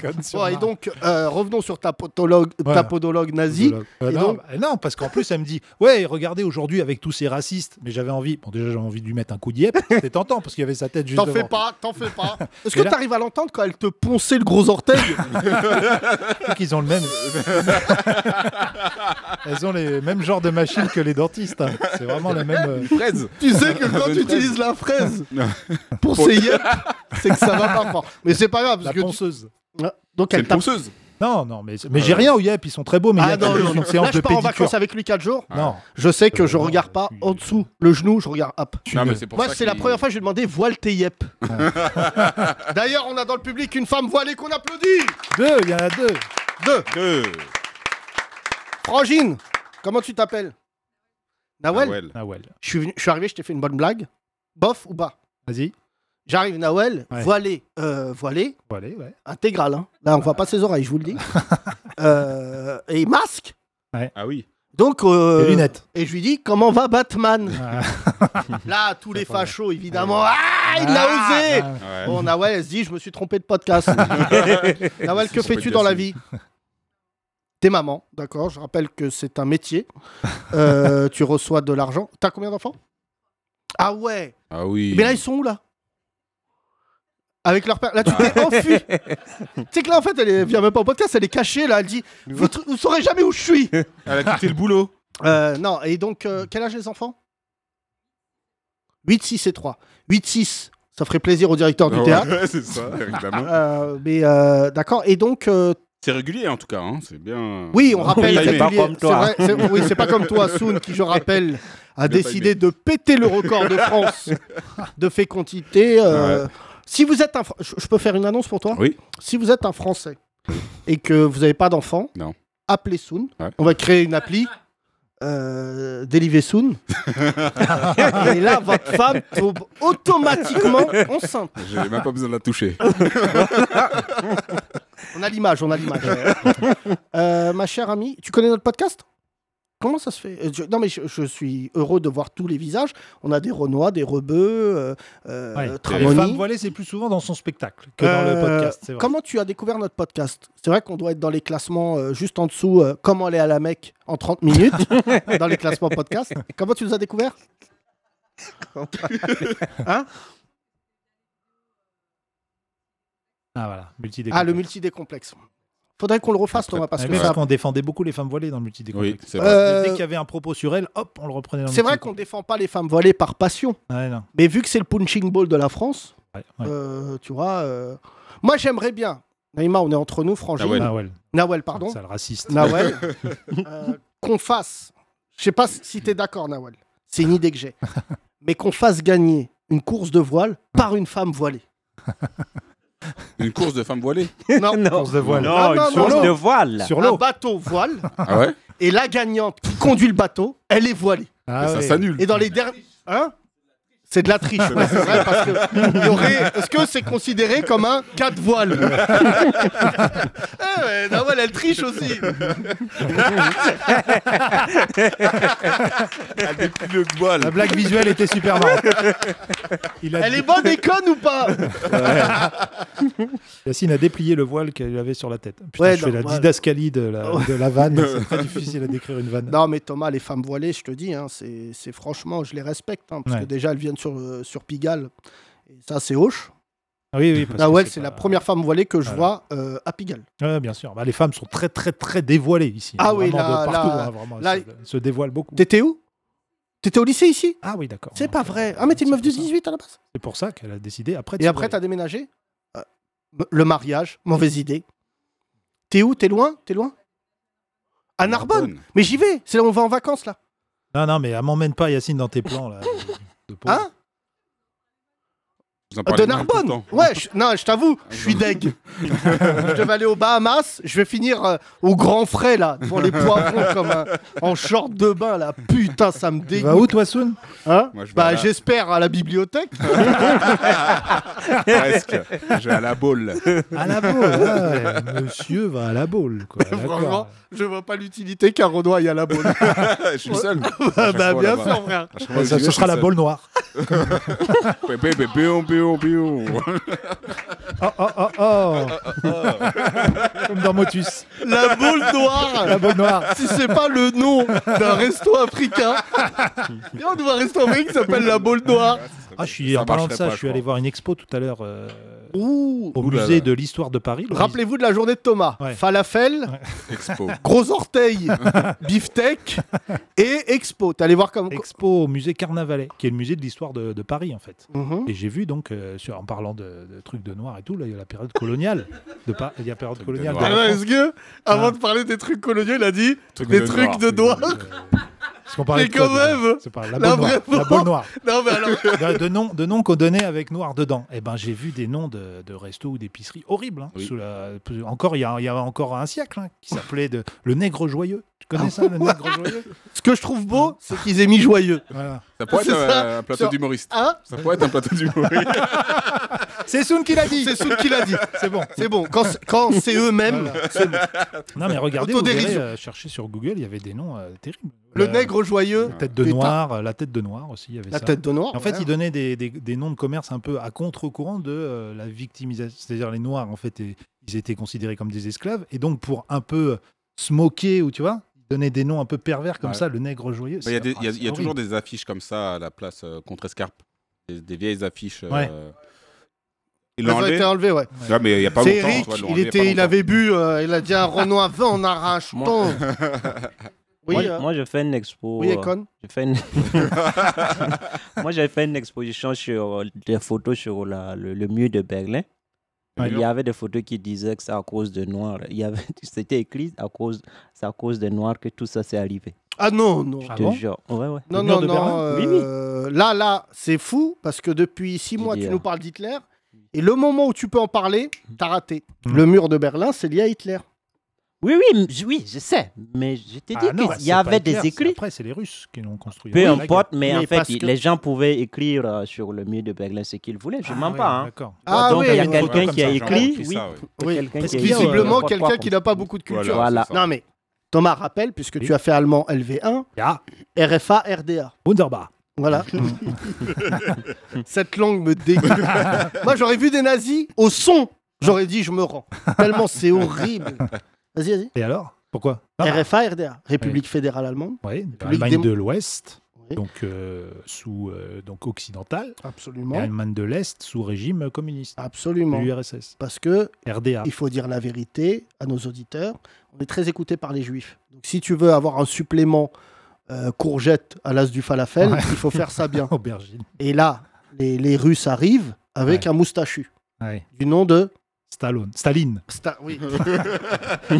Conne sur
Ouais, et
Mars.
donc, euh, revenons sur ta, potologue,
Ouais.
ta podologue nazie.
Euh,
Et
non,
donc-
bah, non, parce qu'en plus, elle me dit Ouais, regardez aujourd'hui avec tous ces racistes. Mais j'avais envie, bon, déjà, j'avais envie de lui mettre un coup de yep. C'était tentant parce qu'il y avait sa tête juste.
T'en
devant.
fais pas, t'en fais pas. Est-ce
Et
que
là-
t'arrives à l'entendre quand elle te ponçait le gros orteil
Je crois qu'ils ont le même. Elles ont les mêmes genres de machines que les dentistes. hein. C'est vraiment la même. euh,
Fraise.
Tu sais que quand
Bonne
tu
fraise.
utilises la fraise
Non.
pour ces yeux, c'est que ça va pas fort. Mais c'est pas grave,
La
parce que... tu-
ponceuse.
Ouais. Donc
C'est
elle
une
tape.
ponceuse.
Non, non, mais, mais j'ai rien au yep. Ils sont très beaux, mais il y
Euh. Ah
a
non,
juste
non, non.
une séance
Là, je
de
pars en
pédicure.
vacances avec lui 4 jours.
Ah.
Non,
Je sais que je
Euh, non,
regarde pas
tu-
en dessous, le genou, je regarde up.
tu
Non,
ne-
mais c'est pour
Moi,
ça
c'est la
qu'il-
première fois que je lui ai demandé voile tes yep. D'ailleurs, on a dans le public une femme voilée qu'on applaudit.
Deux, il y en a deux.
Deux.
que.
Frangine, comment tu t'appelles Nawel
Nawel.
Ah ouais.
Je suis, venu- je suis arrivé, je t'ai fait une bonne blague. Bof ou bas
Vas-y.
J'arrive, Nawel,
Ouais.
voilé, euh, voilé,
Bon, allez, ouais.
intégral. hein. Là, on voit pas ses oreilles, je vous le dis. Euh, et masque.
Ah oui.
Donc, euh,
Les lunettes.
Et je lui dis, comment va Batman
Ah,
Là, tous les
pas mal.
fachos, évidemment. Ah, il l'a osé
ah,
Ouais.
Bon, Nawel, elle se dit, je me suis trompé de podcast. Nawel,
Ça,
que
ça peut
fais-tu
être
dans la
Yassine.
vie T'es maman, d'accord Je rappelle que c'est un métier. Euh, tu reçois de l'argent. T'as combien d'enfants Ah ouais
Ah oui.
Mais Eh là, ils sont où, là Avec leur père. Là, tu t'es enfui. tu sais que là, en fait, elle est- vient même pas au podcast, elle est cachée, là. Elle dit Vous tr- vous saurez jamais où je suis
Elle a quitté le boulot.
Euh, Non, et donc, euh, quel âge les enfants 8, 6 et 3. 8, 6, ça ferait plaisir au directeur du
Ah Ouais,
théâtre.
ouais, c'est ça, évidemment.
Euh, mais euh, d'accord, et donc, euh,
C'est régulier en tout cas, hein. c'est bien.
oui, on rappelle.
il est pas
régulier-
comme
c'est
toi.
vrai, c'est- oui, c'est pas comme toi, Soun, qui, je rappelle, a
Il a pas
décidé de péter le record de France de fécondité. euh, Si vous êtes un. Fr- Je je peux faire une annonce pour toi
Oui.
Si vous êtes un Français et que vous n'avez pas d'enfant,
Non.
appelez Soon.
Ouais.
On va créer une appli. Euh, Deliver Soon. et là, votre femme tombe automatiquement enceinte.
J'ai même pas besoin de la toucher.
On a l'image, on a l'image. Euh, ma chère amie, tu connais notre podcast Comment ça se fait Euh, je- Non, mais je, je suis heureux de voir tous les visages. On a des Renois, des Rebeux, euh, euh,
ouais. Les
Tramoni.
femmes voilées, c'est plus souvent dans son spectacle que dans le
Euh,
podcast. c'est vrai.
Comment tu as découvert notre podcast C'est vrai qu'on doit être dans les classements euh, juste en dessous, euh, comment aller à la Mecque en 30 minutes, dans les classements podcast. Comment tu nous as découvert Hein
Ah voilà, multidécomplexe.
Ah, le multidécomplexe. Faudrait qu'on le refasse, Thomas, parce
Ah,
que
mais
ça.
qu'on défendait beaucoup les femmes voilées dans le multidécomplexe.
Oui, c'est vrai.
Euh,
Dès qu'il y avait un propos sur elles, hop, on le reprenait dans le
C'est vrai qu'on
multidécomplexe.
défend pas les femmes voilées par passion,
Ouais, non.
mais vu que c'est le punching ball de la France,
Ouais, ouais.
euh, tu vois. euh, Moi, j'aimerais bien. Naïma, on est entre nous, Frangine.
Nawel.
Ah ouais,
Nawel, pardon.
sale raciste.
Nawel, euh, qu'on fasse, je sais pas si tu es d'accord, Nawel, c'est une idée que j'ai, mais qu'on fasse gagner une course de voile par une femme voilée.
Une course de femmes voilées.
Non,
Course de voile.
Ah Non,
Non, non,
une source
non, non.
de voile.
Sur
un
l'eau.
bateau voile,
Ah ouais
et la gagnante qui conduit le bateau, elle est voilée.
Ah
Ça
ouais.
s'annule.
Et dans les derniers. Hein c'est de la triche, ouais, c'est vrai, parce que il y aurait- est-ce que c'est considéré comme un quatre voiles Eh ouais, Nawel, elle triche aussi.
Avec le voile.
La blague visuelle était super marrante. Il a
Elle est bonne et conne ou pas
Yacine a déplié le voile qu'elle avait sur la tête. Putain,
Ouais,
je fais
non,
la
voilà.
didascalie de la,
Ouais.
de la vanne. C'est très difficile à décrire une vanne.
Non, mais Thomas, les femmes voilées, je te dis, hein, c'est c'est franchement, je les respecte. hein, parce
Ouais.
que déjà, elles viennent sur, euh, sur Pigalle. Et ça, c'est hoche.
Oui, oui. parce que
Nawel, Ah c'est la
pas-
première femme voilée que je
Voilà.
vois euh, à Pigalle.
Ouais, bien sûr. Bah, les femmes sont très, très, très dévoilées ici.
Ah oui,
Vraiment,
là-
de partout,
là-
hein, vraiment,
là-
elles se, elles se dévoilent beaucoup.
T'étais où T'étais au lycée ici
Ah oui, d'accord.
C'est
Donc,
pas
euh,
vrai. Ah, mais t'es une meuf de
c'est pour ça.
18 à la base.
C'est pour ça qu'elle a décidé après. de
Et
se
après,
voiler.
t'as déménagé Euh, Le mariage, mauvaise idée. T'es où T'es loin T'es loin À Narbonne Mais j'y vais C'est là où on va en vacances, là.
Non, non, mais elle m'emmène pas, Yacine, dans tes plans. Là, de pauvre.
Hein
Vous en
De
parlez mal tout le
Narbonne
temps.
Ouais, je- non, je t'avoue, je suis deg. je devais aller aux Bahamas, je vais finir euh, au grand frais là, pour les poivrons comme un- en short de bain là. Putain, ça me
Tu vas où,
dégoûte.
toi, Soun
Hein
Moi, je vais à
bah,
la-
j'espère à la bibliothèque.
Presque. J'ai à la boule.
À la boule. ouais. Monsieur va à la boule. Quoi. D'accord.
Franchement, je vois pas l'utilité qu'un Renoir aille à la boule.
je suis le seul.
bah, bien sûr, Bah, frère.
Ouais, ça, ce sera la boule noire.
Bion, bion, bion.
Ah,
Oh, oh, oh, oh. Comme dans Motus.
La boule noire.
La boule noire.
Si c'est pas le nom d'un resto africain, il y a un restaurant qui s'appelle la boule noire.
Ah, je suis,
Ça
en parlant de
marcherait
ça,
pas,
je suis
crois.
allé voir une expo tout à l'heure euh,
Ouh.
au
Ouh là
musée
là.
de l'histoire de Paris. le
Rappelez-vous de la journée de Thomas.
Ouais.
Falafel,
Expo.
Gros orteil, beefsteak et expo. T'es allé voir comme.
musée- Expo au musée Carnavalet, qui est le musée de l'histoire de, de Paris en fait.
Mhm.
Et j'ai vu donc, euh, sur, en parlant de, de trucs de noir et tout, là, il y a la période coloniale. De Pa- il y a la période
Trucs de
coloniale. de
noir.
la
Ah ouais,
France.
est-ce que, avant de parler des trucs coloniaux, il a dit des trucs de doigts.
Euh, Parce qu'on parlait
Mais
de
quand
code,
même,
hein. C'est pas la
là,
boule noire.
vraiment.
La boule noire.
Non, mais alors.
de, de noms, de noms qu'on donnait avec noir dedans. Eh ben, j'ai vu des noms de, de restos ou d'épiceries horribles. hein,
Oui.
sous la- encore, il y, a, il y a encore un siècle, hein,
Oh.
qui s'appelait de- le nègre joyeux. Tu
Ah
connais ça, le nègre joyeux
Ce que je trouve beau, c'est qu'ils aient mis joyeux.
Voilà.
Ça pourrait être
C'est ça.
euh, un plateau
Sur-
d'humoriste.
Hein
Ça pourrait être un plateau d'humoriste.
C'est Soun qui l'a dit.
C'est ce qu'il a dit.
C'est bon.
C'est bon. Quand, c'est- quand c'est eux-mêmes, c'est bon.
Non, mais regardez, vous
Autodérision.
verrez, euh, cherchez sur Google, il y avait des noms euh, terribles.
Le
Euh,
nègre joyeux,
tête de
Putain.
noir, euh, la tête de noir aussi, il y avait
la
ça.
tête de noir.
Ah
En fait,
ouais.
ils donnaient des, des- des noms de commerce un peu à contre-courant de euh, la victimisation. C'est-à-dire les Noirs, en fait, et- ils étaient considérés comme des esclaves. Et donc, pour un peu se moquer, ou tu vois, ils donnaient des noms un peu pervers comme
Ouais.
ça, le nègre joyeux.
Bah, Il y a, des- il y a-
c'est
il
Ah,
y a toujours
horrible.
des affiches comme ça à la place euh, Contrescarpe. Des, des vieilles affiches. euh,
Ouais.
Ils
Elles
l'ont
ont
enlevé.
été enlevées, ouais.
Ouais, mais il n'y a pas
C'est
longtemps.
Eric,
tu vois, ils l'ont
il,
enlevé y a pas
était, il
longtemps.
avait bu, euh, il a dit un Renault à 20, on arrache
Moi-
ton. Oui,
moi,
euh,
moi, j'ai fait une expo.
oui,
euh,
Econ.
j'ai fait une... moi, j'ai fait une exposition sur euh, des photos sur la- le, le mur de Berlin.
Ouais.
Il y avait des photos qui disaient que c'est à cause de Noirs. Il y avait, c'était écrit à cause, c'est à cause des Noirs que tout ça s'est arrivé.
Ah non, non.
Ah
Je te
bon
jure. Ouais, ouais.
Non,
Le mur
non,
de
non.
Berlin
Oui,
euh, Là, là, c'est fou parce que depuis six mois, tu
Hitler.
nous parles d'Hitler. Et le moment où tu peux en parler, t'as raté.
Mm.
Le mur de Berlin, c'est lié à Hitler.
Oui, oui, m- je- oui, je sais. Mais je t'ai dit
Ah non,
qu'il
c'est
y
pas
avait
Hitler,
des
c'est-
écrits.
Après, c'est les Russes qui l'ont construit. Ah
Peu
Ouais,
importe, mais,
Mais
en
parce
fait, il-
que-
les gens pouvaient écrire euh, sur le mur de Berlin ce qu'ils voulaient. Je
la
ne
guerre.
mens
Ah
pas.
ouais,
hein.
D'accord.
Ah
Donc,
oui,
il y a
oui,
Des
quelqu'un
trucs
qui a
comme ça, genre,
écrit,
on écrit
oui.
ça, ouais.
oui.
Quelqu'un
Parce
qui a
qu'il y a,
écrit
Visiblement,
n'importe
quelqu'un
quoi
qui
comme
n'a pas beaucoup de culture.
Voilà.
Non, mais Thomas rappelle, puisque tu as fait allemand LV1,
Ja,
RFA, RDA.
Wunderbar.
Voilà. Cette langue me dégoûte. Moi, j'aurais vu des nazis au son. J'aurais dit, je me rends. Tellement c'est horrible. Vas-y, vas-y.
Et alors Pourquoi Ah,
RFA, RDA. République fédérale allemande.
ouais,
Public
Allemagne
démo-
de l'Ouest. donc, euh, sous, euh, donc occidentale, et
Absolument.
l'Allemagne de l'Est sous régime communiste,
Absolument.
l'URSS,
Parce que
RDA.
il faut dire la vérité à nos auditeurs. On est très écouté par les juifs. Donc si tu veux avoir un supplément euh, courgette à l'as du falafel,
Ouais.
il faut faire ça bien.
Aubergine.
Et là, les, les Russes arrivent avec
Ouais.
un moustachu
Ouais.
du nom de
Stallone. Staline.
Sta- oui.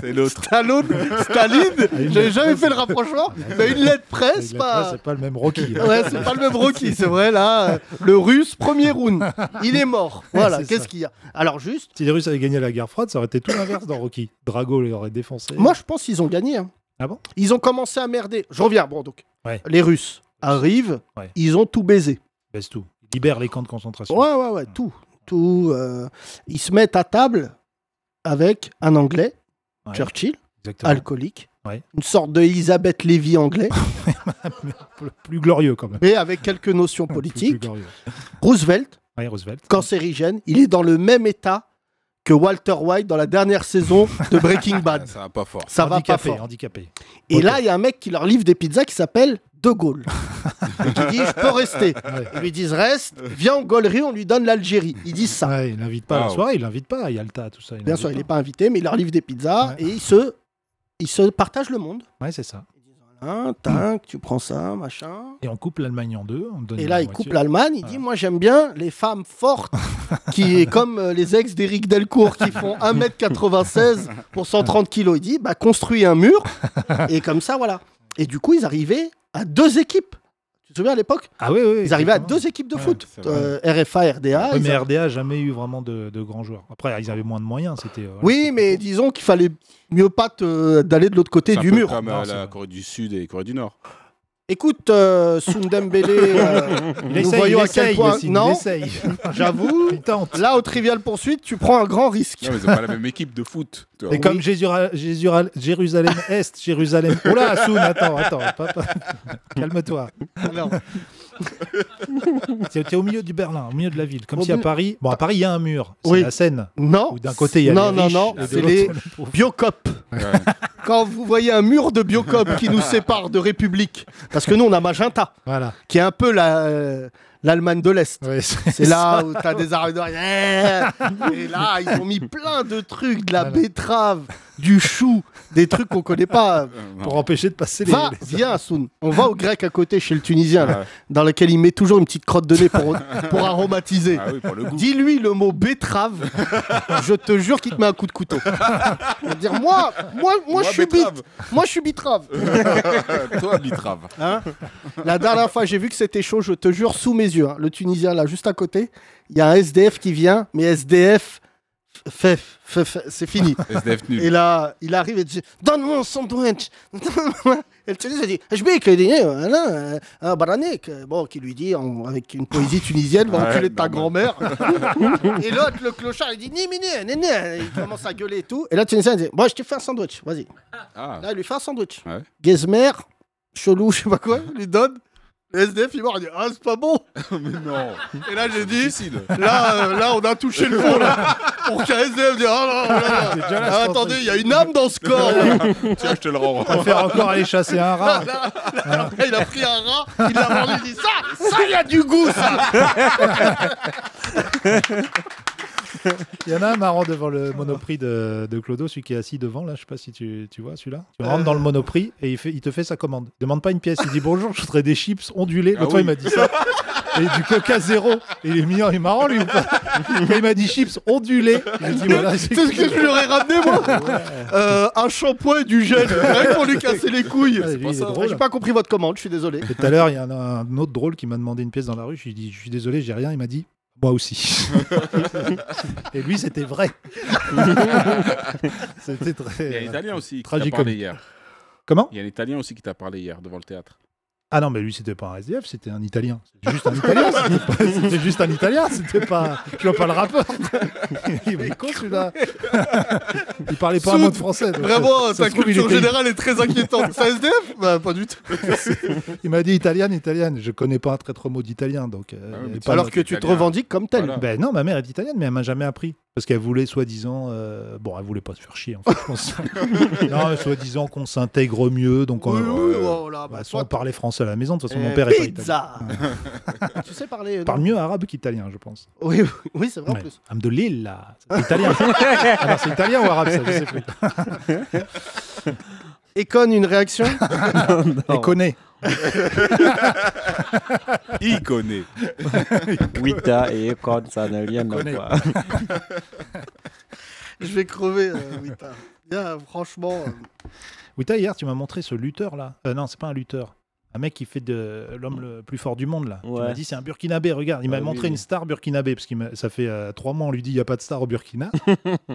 C'est l'autre.
Stallone, Staline.
une
J'avais
lettre
jamais
presse.
fait le rapprochement,
Ah,
mais une lettre presse,
C'est
pas.
pas le même Rocky. hein.
Ouais, c'est pas le même Rocky, c'est vrai, là. euh, Le russe, premier round. Il est mort. Voilà,
C'est
qu'est-ce
ça.
qu'il y a Alors, juste,
Si les Russes avaient gagné la guerre froide, ça aurait été tout l'inverse dans Rocky. Drago les aurait défoncés.
moi, je pense qu'ils ont gagné. hein.
Ah bon
Ils ont commencé à merder. Je reviens, bon, donc.
Ouais.
Les Russes arrivent,
Ouais.
ils ont tout baisé.
Baisse tout. Ils libèrent les camps de concentration.
Ouais, ouais, ouais, tout. tout euh, Ils se mettent à table avec un Anglais,
Ouais,
Churchill,
exactement.
alcoolique.
Ouais.
Une sorte de Elisabeth Lévy anglais,
Plus- Plus glorieux quand même.
mais avec quelques notions
Plus- plus
politiques.
glorieux.
Roosevelt,
Ouais, Roosevelt.
cancérigène. Il est dans le même état que Walter White dans la dernière saison de Breaking Bad.
Ça va pas fort.
Ça va pas
handicapé, hein.
fort.
handicapé.
Et là, il y a un mec qui leur livre des pizzas qui s'appelle De Gaulle. Et qui dit Je peux rester. Ils lui disent Reste, viens en Gaulerie, on lui donne l'Algérie. Ils disent ça.
Ouais, il l'invite pas à la
Wow.
soirée, il l'invite pas à Yalta, tout ça.
Bien sûr, il n'est pas invité, mais il leur livre des pizzas
Ouais.
et ils se, ils se partagent le monde.
Ouais, c'est ça.
Ils disent Voilà, tac, tu prends ça, machin.
Et on coupe l'Allemagne en deux. On donne
Et
la
là, il
moitié.
coupe l'Allemagne. Il dit Moi, j'aime bien les femmes fortes, qui est comme euh, les ex d'Éric Delcourt, qui font 1m96 pour 130 kilos. Il dit bah, Construis un mur. Et comme ça, voilà. Et du coup, ils arrivaient à deux équipes. Tu te souviens à l'époque
Ah oui, oui.
Ils arrivaient à
exactement.
deux équipes de
Ouais,
foot.
c'est vrai.
Euh, RFA, RDA.
Ouais,
ils
mais
a-
RDA jamais eu vraiment de, de grands joueurs. Après, ils avaient moins de moyens. C'était. euh, voilà,
Oui,
c'était
mais
plus
disons qu'il fallait mieux pas te- d'aller de l'autre côté
C'est un
du
peu
mur.
Comme euh,
Non, c'est
la
vrai.
Corée du Sud et Corée du Nord.
Écoute, euh, Sundembele, euh,
gros.
nous
Il essaye,
voyons
il
à quel
essaye,
point-
Yassine,
Non.
il essaye.
j'avoue,
Il tente.
là, au Trivial Poursuite, tu prends un grand risque.
Non, mais c'est pas la même équipe de foot. tu vois.
Et comme Jésus- Jésus- Jérusalem Est, Jérusalem. Oh là, Soun, attends, attends, pas- pas- calme-toi.
Alors,
T'es t'es au milieu du Berlin, au milieu de la ville, comme
Au
si à
milieu-
Paris. Bon, à Paris, il y a un mur, c'est
Oui.
la Seine.
non.
Où d'un côté il y a
Non,
les
non,
riches,
non,
et de
c'est
l'autre,
les-
les pauvres.
Biocop.
Ouais.
Quand vous voyez un mur de Biocop qui nous sépare de République, parce que nous on a Magenta,
Voilà.
qui est un peu la, euh, l'Allemagne de l'Est.
Ouais,
C'est là où t'as des arrêts de rien. Et là, ils ont mis plein de trucs, de la
Voilà.
betterave, du chou, des trucs qu'on connaît pas.
Euh, non.
pour empêcher de passer les.
Va,
les-
viens, Soun. On va au grec à côté, chez le Tunisien, là,
Ouais.
dans lequel il met toujours une petite crotte de nez pour, pour aromatiser.
Ah oui, pour le goût.
Dis-lui le mot betterave, je te jure qu'il te met un coup de couteau. Il va dire moi, moi, moi, je suis
betterave.
bite, moi je suis bitrave.
Toi, bitrave.
Hein la dernière fois j'ai vu que c'était chaud, je te jure, sous mes yeux, hein, le Tunisien là juste à côté, il y a un SDF qui vient, mais SDF, fait, fait- fait- c'est fini.
SDF
Et
nul.
là, il arrive et dit Donne-moi un sandwich Donne-moi. Et le Tunisien dit Je vais cuisiner euh, là, euh, un baranek. Bon, qui lui dit en- avec une poésie tunisienne Va
Ouais,
enculer ta
normal.
grand-mère. et l'autre, le clochard, il dit Ni, ni, ni, ni, ni. Il commence à gueuler et tout. Et là, le Tunisien dit Bon, je te fais un sandwich, vas-y.
Ah,
Là, il lui fait un sandwich.
Ouais.
Gezmer, chelou, je sais pas quoi, il lui donne. Le SDF, il mord, il dit Ah, c'est pas bon
mais non.
Et là, j'ai dit
Difficile.
Là, euh, là, on a touché le fond. Là. Pour qu'un SDF dise Ah, là, là, là.
déjà la
Ah,
santé.
attendez, il y a une âme dans ce corps. là.
Tiens, je te le
On va
rends.
faire encore aller chasser un rat.
Là,
Ah.
là, après, il a pris un rat, il l'a mordu, il dit Ça, ça, il y a du goût, ça
Il y en a un marrant devant le monoprix de, de Clodo, celui qui est assis devant, là, je sais pas si tu, tu vois celui-là. Tu
Euh.
rentres dans le monoprix et il, fait, il te fait sa commande. Il demande pas une pièce, il dit bonjour, je voudrais des chips ondulés. L'autre
Ah
fois,
oui.
il m'a dit ça. Et du coca zéro. Et il est mignon, il est marrant lui ou pas Et Il m'a dit chips ondulés. Il a dit voilà, c'est
C'est ce que je lui aurais ramené, moi Euh, Un shampoing et du gel, rien pour lui casser les couilles.
Ah, lui, il est
ça.
drôle.
J'ai pas compris votre commande, je suis désolé.
Et tout à l'heure, il y en a un autre drôle qui m'a demandé une pièce dans la rue. Je lui ai dit, je suis désolé, j'ai rien. Il m'a dit, moi aussi. et lui, c'était vrai. c'était
Il y a un
très.
Italien aussi qui t'a
Tragique
parlé hier.
Comment
Il y a un Italien aussi qui t'a parlé hier devant le théâtre.
Ah non, mais lui, c'était pas un SDF, c'était un Italien. C'était juste un Italien. c'était pas- C'était juste un Italien, c'était pas. Je vois pas le rapport. Il est con, celui-là. Il parlait pas un mot de français. donc,
Vraiment,
ça se
ta
trouve, il
culture
était-
générale est très inquiétante. Ça SDF Bah, pas du tout.
euh, Il m'a dit italienne, italienne. Je connais pas un traître mot d'italien, donc. euh,
Ah oui,
il
mais
est
tu-
pas
Alors
mort.
que tu te revendiques
comme
tel.
Ben non, ma mère est italienne, mais elle m'a jamais appris. Parce qu'elle voulait soi-disant. euh, Bon, elle voulait pas se faire chier, en fait, je pense. non, mais soi-disant qu'on s'intègre mieux, donc. on-
Oui, oui,
ouais.
oh là,
Bah,
bah,
soit
soit-
on parlait français à la maison, de toute façon, mon
Eh,
père est pas italien.
Pizza Tu sais parler euh, non
Parle mieux arabe qu'italien, je pense.
Oui, oui, oui, c'est vrai en
Ouais.
plus.
Âme de Lille, là. C'est italien. Alors, c'est italien ou arabe, ça, je sais plus.
Econ, une réaction
Et connaît.
Ah,
Il connaît.
Wita et Econ, ça n'a rien à
Connais.
voir.
Je vais crever, euh, oui, t'as- Bien, franchement. euh,
Oui, t'as, hier, tu m'as montré ce lutteur, là. Euh, non, c'est pas un lutteur. Un mec qui fait de l'homme le plus fort du monde, là. Tu
Ouais.
m'as dit, c'est un burkinabé, regarde. Il m'a
Ah oui,
montré
oui.
une star burkinabé, parce que ça fait euh, trois mois, on lui dit, il n'y a pas de star au Burkina.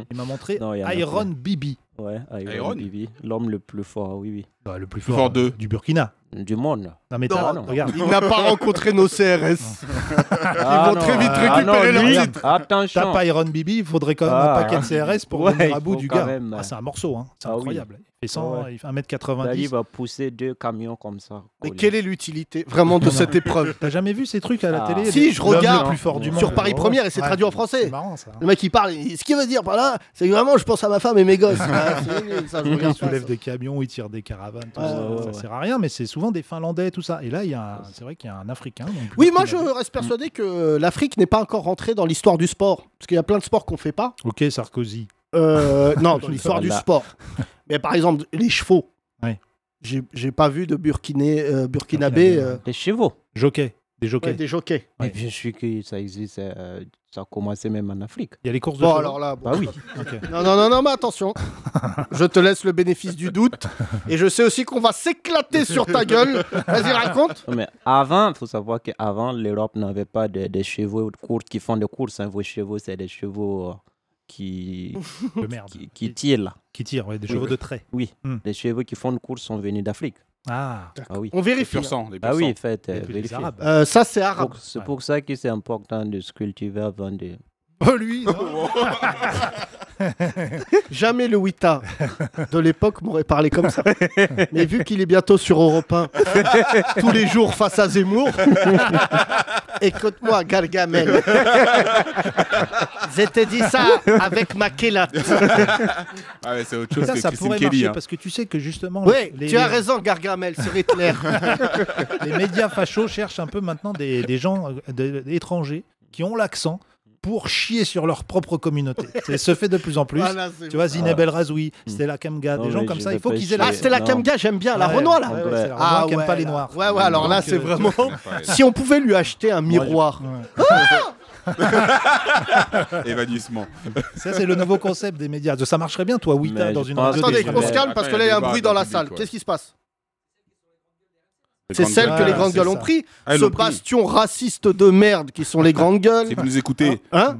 il m'a montré
Non, il y en a
Iron
plein.
Bibi.
Ouais, Iron,
Iron.
Bibi, l'homme le plus fort, oui,
Bah, le plus
Plus
fort,
fort d'eux.
du Burkina.
oui. Du monde.
Non, mais
Non,
t'as-
non.
regarde.
Il n'a pas rencontré nos CRS.
Ils
Ah, vont très vite récupérer leur titre.
ah Attention.
T'as pas Iron Bibi, il faudrait quand même un
Ah.
paquet de CRS pour
Ouais,
venir à
il
bout
faut
du
quand
gars.
même.
Ah, c'est un morceau, hein. c'est
Ah oui.
incroyable. Il fait 100,
Ouais.
il fait 1m90.
Dali va pousser deux camions comme ça.
Mais
collés.
quelle est l'utilité vraiment de
Non,
cette éprove
T'as jamais vu ces trucs à la
Ah.
télé
Si,
les-
je
l'homme
regarde
le plus fort du
sur
monde.
Sur Paris
Ouais.
Première et c'est
Ouais.
traduit en français.
C'est marrant ça.
Le mec il parle, il- ce qu'il veut dire par là, c'est que vraiment je pense à ma femme et mes gosses. Ah, c'est nul, ça, je
Il
regarde pas,
soulève
ça.
des camions, il tire des caravanes, tout
Ouais,
ça.
ouais,
ça
ouais.
sert à rien, mais c'est souvent des Finlandais, tout ça. Et là, il y a un- c'est vrai qu'il y a un Africain. donc plus
Oui, moi je
qu'il avait.
reste persuadé que l'Afrique n'est pas encore rentrée dans l'histoire du sport. Parce qu'il y a plein de sports qu'on fait pas.
Ok, Sarkozy.
Euh, non, dans l'histoire du
Voilà.
sport. Mais par exemple, les chevaux.
Ouais.
J'ai j'ai pas vu de Burkiné, euh, Burkinabé,
Burkinabé,
euh,
Des chevaux.
Jockey. Des jockeys.
ouais, des jockeys.
Ouais.
Et bien sûr que ça existe, euh, ça a commencé même en Afrique.
Il y a les courses de
Bon,
chevaux.
alors là, bon,
Bah oui.
Ok.
Non, non, non, non, mais attention. Je te laisse le bénéfice du doute. Et je sais aussi qu'on va s'éclater sur ta gueule. Vas-y, raconte.
Non, Mais avant, il faut savoir qu'avant, l'Europe n'avait pas de, de chevaux de course qui font des courses. hein. Vos chevaux, c'est des chevaux euh, qui,
De merde.
qui, qui tirent. là.
Qui tire, ouais, des
Oui.
chevaux de trait.
Les chevaux qui font des courses sont venus d'Afrique.
Ah.
Ah oui.
On
Les
vérifie.
pur sang, les pur
Ah oui,
sang.
en fait, euh,
Et puis les
vérifiez.
Arabes.
Euh, ça, c'est arabe.
Donc, C'est
Ouais.
pour ça que c'est important de se cultiver avant de.
Oh, lui non.
Jamais le Wita de l'époque m'aurait parlé comme ça. Mais vu qu'il est bientôt sur Europe 1, tous les jours face à Zemmour, écoute-moi, Gargamel. Je te dis ça avec ma kélate.
Ah ouais, c'est autre chose
Ça,
que
ça
Christine
pourrait
Kelly.
marcher
hein.
parce que tu sais que justement.
Oui,
les-
tu as
les-
raison, Gargamel, sur Hitler.
les médias fachos cherchent un peu maintenant des, des gens euh, de- étrangers qui ont l'accent pour chier sur leur propre communauté. Ça se fait de plus en plus.
Voilà, c'est
Tu vois, Zineb
Ah.
El Razoui, Stella Kamga,
Non,
des gens
mais
comme
je
ça,
vais
il faut
pas
qu'ils aient
essayer.
Ah,
la
c'était la
Non.
Camga, j'aime bien, la
Ouais,
Renoir, là. Ah,
ouais,
Ouais.
c'est la Renoir qui aime
ouais,
pas les
là.
noirs.
Ouais, ouais, alors là,
Donc,
c'est
euh,
vraiment.
Ouais.
Si on pouvait lui acheter un miroir.
Évanouissement.
Ça, c'est le nouveau concept des médias. Ça marcherait bien, toi, Wita,
Mais
dans
je
une
pense-
radio.
Attendez,
des-
on se calme parce que là, il y a un
Débat
bruit dans la
public,
salle.
ouais.
Qu'est-ce qui se passe
Les
C'est
grandes
celle
gueules.
que les
Ah,
grandes
c'est
gueules ont
ça.
pris.
Ah, elles
Ce
l'ont pris.
bastion raciste de merde qui sont les grandes
Si
gueules.
vous nous écoutez,
Hein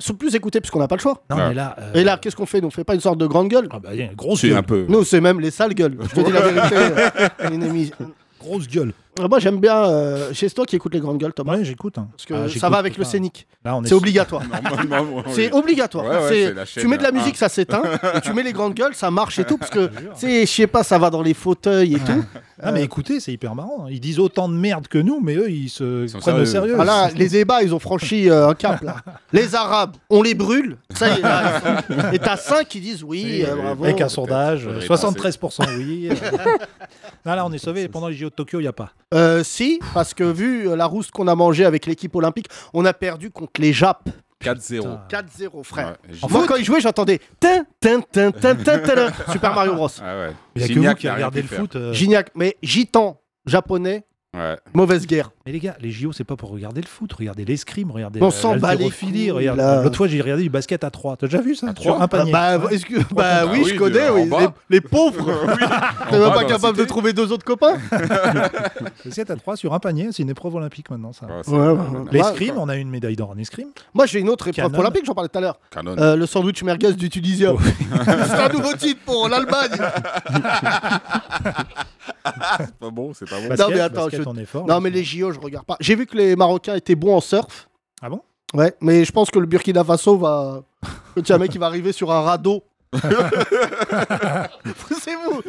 Sont plus écoutés parce qu'on n'a pas le choix.
Non, mais là. euh,
Et là, qu'est-ce qu'on fait Nous, on fait pas une sorte de grande gueule
Ah, bah, il y a une grosse
c'est un
gueule.
peu.
Nous, c'est même les sales gueules. Je te dis la vérité. euh, une émi-
Grosse gueule.
Ah, Moi, j'aime bien. euh, Chez toi qui écoute les grandes gueules, Thomas.
Ouais, j'écoute. hein.
Parce que
Ah,
ça
j'écoute,
va avec le
putain.
scénic.
Là, on est
C'est obligatoire.
Normalement, oui.
C'est obligatoire.
Ouais, ouais,
C'est-
c'est la chaîne,
tu mets de la
hein.
musique, ça s'éteint. et tu mets les grandes gueules, ça marche et tout. Parce que, tu sais, je sais pas, ça va dans les fauteuils et tout.
Ah, mais écoutez, c'est hyper marrant. Ils disent autant de merde que nous, mais eux, ils se
sont
prennent au sérieux.
sérieux.
Ah là, les ébats, ils ont franchi euh, un cap. Là. Les Arabes, on les brûle. Ça y est, là, ils sont- Et t'as cinq qui disent oui,
Oui,
euh,
oui,
bravo.
Avec un
Peut-être.
sondage, euh,
Faudrait y
73% oui. euh. Non, là, on est sauvé. Pendant les JO de Tokyo, il n'y a pas.
Euh, si, parce que vu euh, la rousse qu'on a mangée avec l'équipe olympique, on a perdu contre les Japes.
4-0.
4-0, frère.
Ouais, j'ai-
Moi, quand ils jouaient, j'entendais tin, tin, tin, tin, tin, tin, tin, Super Mario Bros.
Ah ouais.
Il n'y a que vous
Gignac
qui
n'a rien
regardez
pu
le
faire.
foot. euh.
Gignac, mais gitan, japonais,
Ouais.
mauvaise guerre.
Mais les gars, les JO, c'est pas pour regarder le foot. Regardez l'escrime, regardez
On
euh,
s'en bat les
l'haltérophilie,
couilles,
regardez-
là.
L'autre fois, j'ai regardé du basket à 3. T'as déjà vu ça
À
Sur
trois
un panier.
Bah, est-ce que- bah
Bah
oui,
oui,
je
de-
connais,
en
oui.
bas.
Les, les pauvres,
Oui. Oh,
t'es même
En bas,
pas
dans
capable
la
de
cité.
trouver deux autres copains.
Basket à 3 sur un panier, c'est une épreuve olympique maintenant, ça.
Ouais, Oh, c'est-
Ouais, ouais,
Canon.
ouais.
L'escrime, on a une médaille d'or en escrime.
Moi, j'ai une autre épreuve
Canon.
olympique, j'en parlais tout à l'heure.
Canon.
Euh, le sandwich merguez
Oh.
du Tunisien. C'est un nouveau titre pour l'Allemagne.
c'est pas bon, c'est pas bon.
Bah,
Basket,
mais attends,
basket,
je-
on est fort, là,
Non, mais les JO, je regarde pas. J'ai vu que les Marocains étaient bons en surf.
Ah bon
Ouais, mais je pense que le Burkina Faso va. Tiens, un mec, il va arriver sur un radeau. Poussez-vous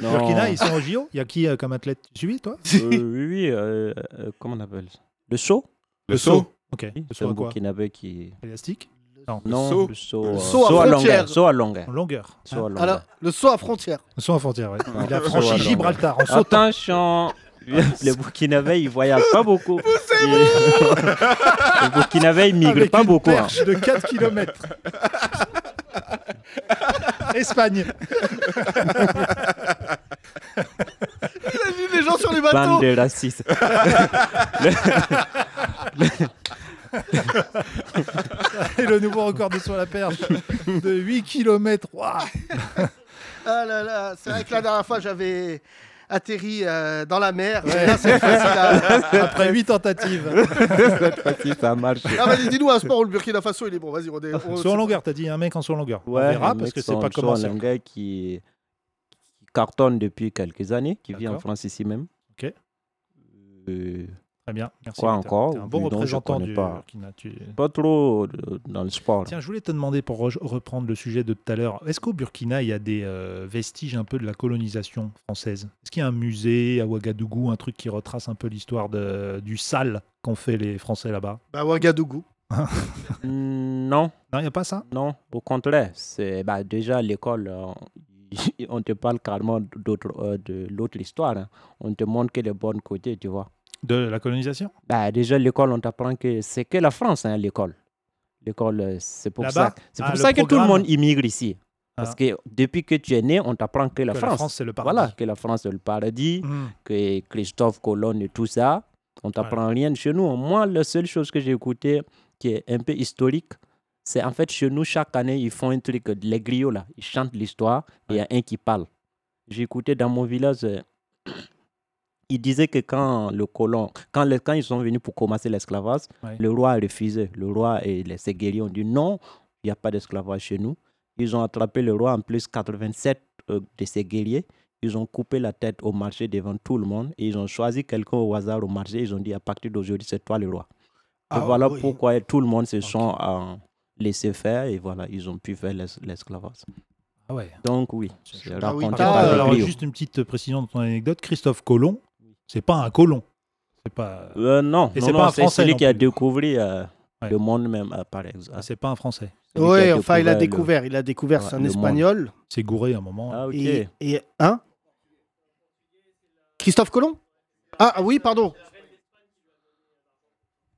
Non.
Burkina, ils sont au JO Il y a qui euh, comme athlète Tu suis, toi
Euh, oui, oui, euh, euh, comment on appelle ça Le saut
Le saut
Ok. Ce
C'est
soit
un
quoi
Burkinabé qui.
Élastique
non,
saut
le saut,
Le
euh,
saut à
saut à
frontière.
longueur. Saut à longueur.
En longueur.
Saut à longueur.
Alors, le saut à frontière.
Le saut en frontière, ouais. Il a
Saut à
franchi
longueur.
Gibraltar
Ah,
en sautant.
Attention Les Burkinabés, ils voyagent pas beaucoup. les Burkinabés, ils migrent
Avec
pas
une
beaucoup. hein.
perche de 4 km. Espagne.
Les gens sur les bateaux
hein. Bande de racistes.
Et le nouveau record de saut à la perche de 8 km.
Ah là là, c'est vrai que la dernière fois, j'avais atterri euh, dans la mer. Et là, c'est facile à-
Après 8 tentatives.
Si ça marche.
Ah, vas-y, dis-nous un sport où le Burkina Faso, il est bon. Vas-y, on est. on-
Saut en longueur, t'as dit un mec en saut en longueur. on
Ouais,
verra
un
parce
mec
que c'est
sans-
pas
sans
commencé.
langue qui, qui cartonne depuis quelques années, qui vit en
D'accord.
France ici même.
Ok.
Euh,
Très bien, merci.
Quoi
Victor.
encore
T'es un bon
Dis donc, je
représentant
connais
du
pas.
Burkina, tu-
pas trop euh, dans le sport. là.
Tiens, je voulais te demander pour re- reprendre le sujet de tout à l'heure. Est-ce qu'au Burkina, il y a des euh, vestiges un peu de la colonisation française Est-ce qu'il y a un musée à Ouagadougou, un truc qui retrace un peu l'histoire de- du sale qu'ont fait les Français là-bas
Bah, Ouagadougou.
Mm, Non,
Non, il n'y a pas ça
non, au contraire. C'est bah, déjà à l'école. euh, on te parle carrément d'autre- euh, de l'autre histoire. hein. On te montre que les bons côtés, tu vois.
De la colonisation
Bah, déjà, l'école, on t'apprend que c'est que la France, hein, l'école. L'école, euh, c'est pour
Là-bas
ça, c'est
Ah,
pour
le
ça que tout le
programme.
monde immigre ici.
Ah.
Parce que depuis que tu es né, on t'apprend que la
Que
France.
c'est le paradis.
voilà, que la France est le paradis,
Hmm.
que Christophe Colomb et tout ça. On t'apprend rien de chez nous. Moi, la seule chose que j'ai écoutée qui est un peu historique, c'est en fait chez nous, chaque année, ils font un truc, euh, les griots là, ils chantent l'histoire et il y a un qui parle. J'ai écouté dans mon village, euh, ils disaient que quand le colon, quand, les- quand ils sont venus pour commencer l'esclavage,
Ouais.
le roi a refusé. Le roi et les, ses guerriers ont dit non, il n'y a pas d'esclavage chez nous. Ils ont attrapé le roi en plus 87 euh, de ses guerriers. Ils ont coupé la tête au marché devant tout le monde et ils ont choisi quelqu'un au hasard au marché. Ils ont dit à partir d'aujourd'hui, c'est toi le roi. Et
Ah,
voilà
oui.
pourquoi tout le monde se sont euh, laissés faire et voilà, ils ont pu faire l'es- l'esclavage.
Ah ouais.
Donc oui,
C'est
c'est
Ah oui,
raconté
t'as-
par
euh,
les
alors,
griots.
juste une petite précision dans ton anecdote. Christophe Colomb, c'est pas un colon. C'est pas,
Euh, non,
Et
non,
c'est
non,
pas un
c'est
Français
celui
non
qui a
plus.
découvert euh,
Ouais.
le monde même, euh, par exemple.
c'est pas un français.
Celui qui
Ouais, enfin, il a
le-
découvert. Il a découvert, c'est un
le monde.
espagnol.
C'est gouré à un moment.
Ah, ok.
Et, et- hein Christophe Colomb ah, ah oui, pardon.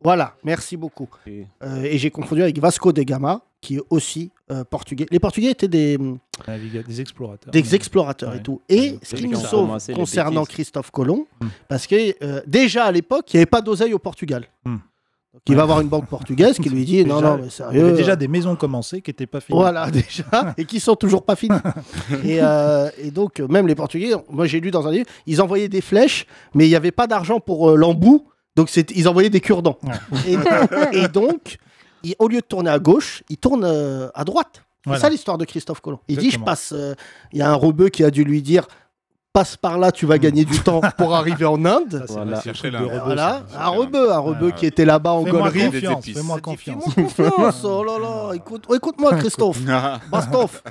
Voilà, merci beaucoup.
Oui.
Euh, et j'ai confondu avec Vasco de Gama, qui est aussi euh, portugais. Les Portugais étaient des,
Naviga- Des explorateurs.
des explorateurs
Ouais.
et tout. Et
Ouais,
ce
c'est
qui
les
nous
gens qui ont
sauve
commencé les
concernant
bêtises.
Christophe Colomb,
Hmm.
parce que euh, déjà à l'époque, il n'y avait pas d'oseille au Portugal.
Hmm.
Donc il va avoir une banque portugaise qui lui dit non,
Déjà,
non, mais
Il y
sérieux.
avait déjà des maisons commencées qui n'étaient pas finies.
Euh. Voilà, déjà, et qui sont toujours pas finis. et, euh, et donc, euh, même les Portugais, moi j'ai lu dans un livre, ils envoyaient des flèches, mais il n'y avait pas d'argent pour euh, l'embout, donc c'est- ils envoyaient des cure-dents. Et, et donc, il- au lieu de tourner à gauche, ils tournent euh, à droite. C'est
Voilà.
ça l'histoire de Christophe Colomb. Il dit, je
Exactement.
passe, euh, il y a un rebeu qui a dû lui dire, passe par là, tu vas gagner du temps pour arriver en Inde.
Mm. Ça, c'est
Voilà.
vrai, c'est le
Chercher
truc
la-
de rebeu,
Voilà,
ça.
un rebeu, un rebeu
Ouais.
qui était là-bas en
Fais-moi
gaulerie.
des
confiance.
épices.
Fais-moi
Il dit,
confiance.
Fais-moi confiance, oh là là, écoute, écoute-moi Christophe. Bastoff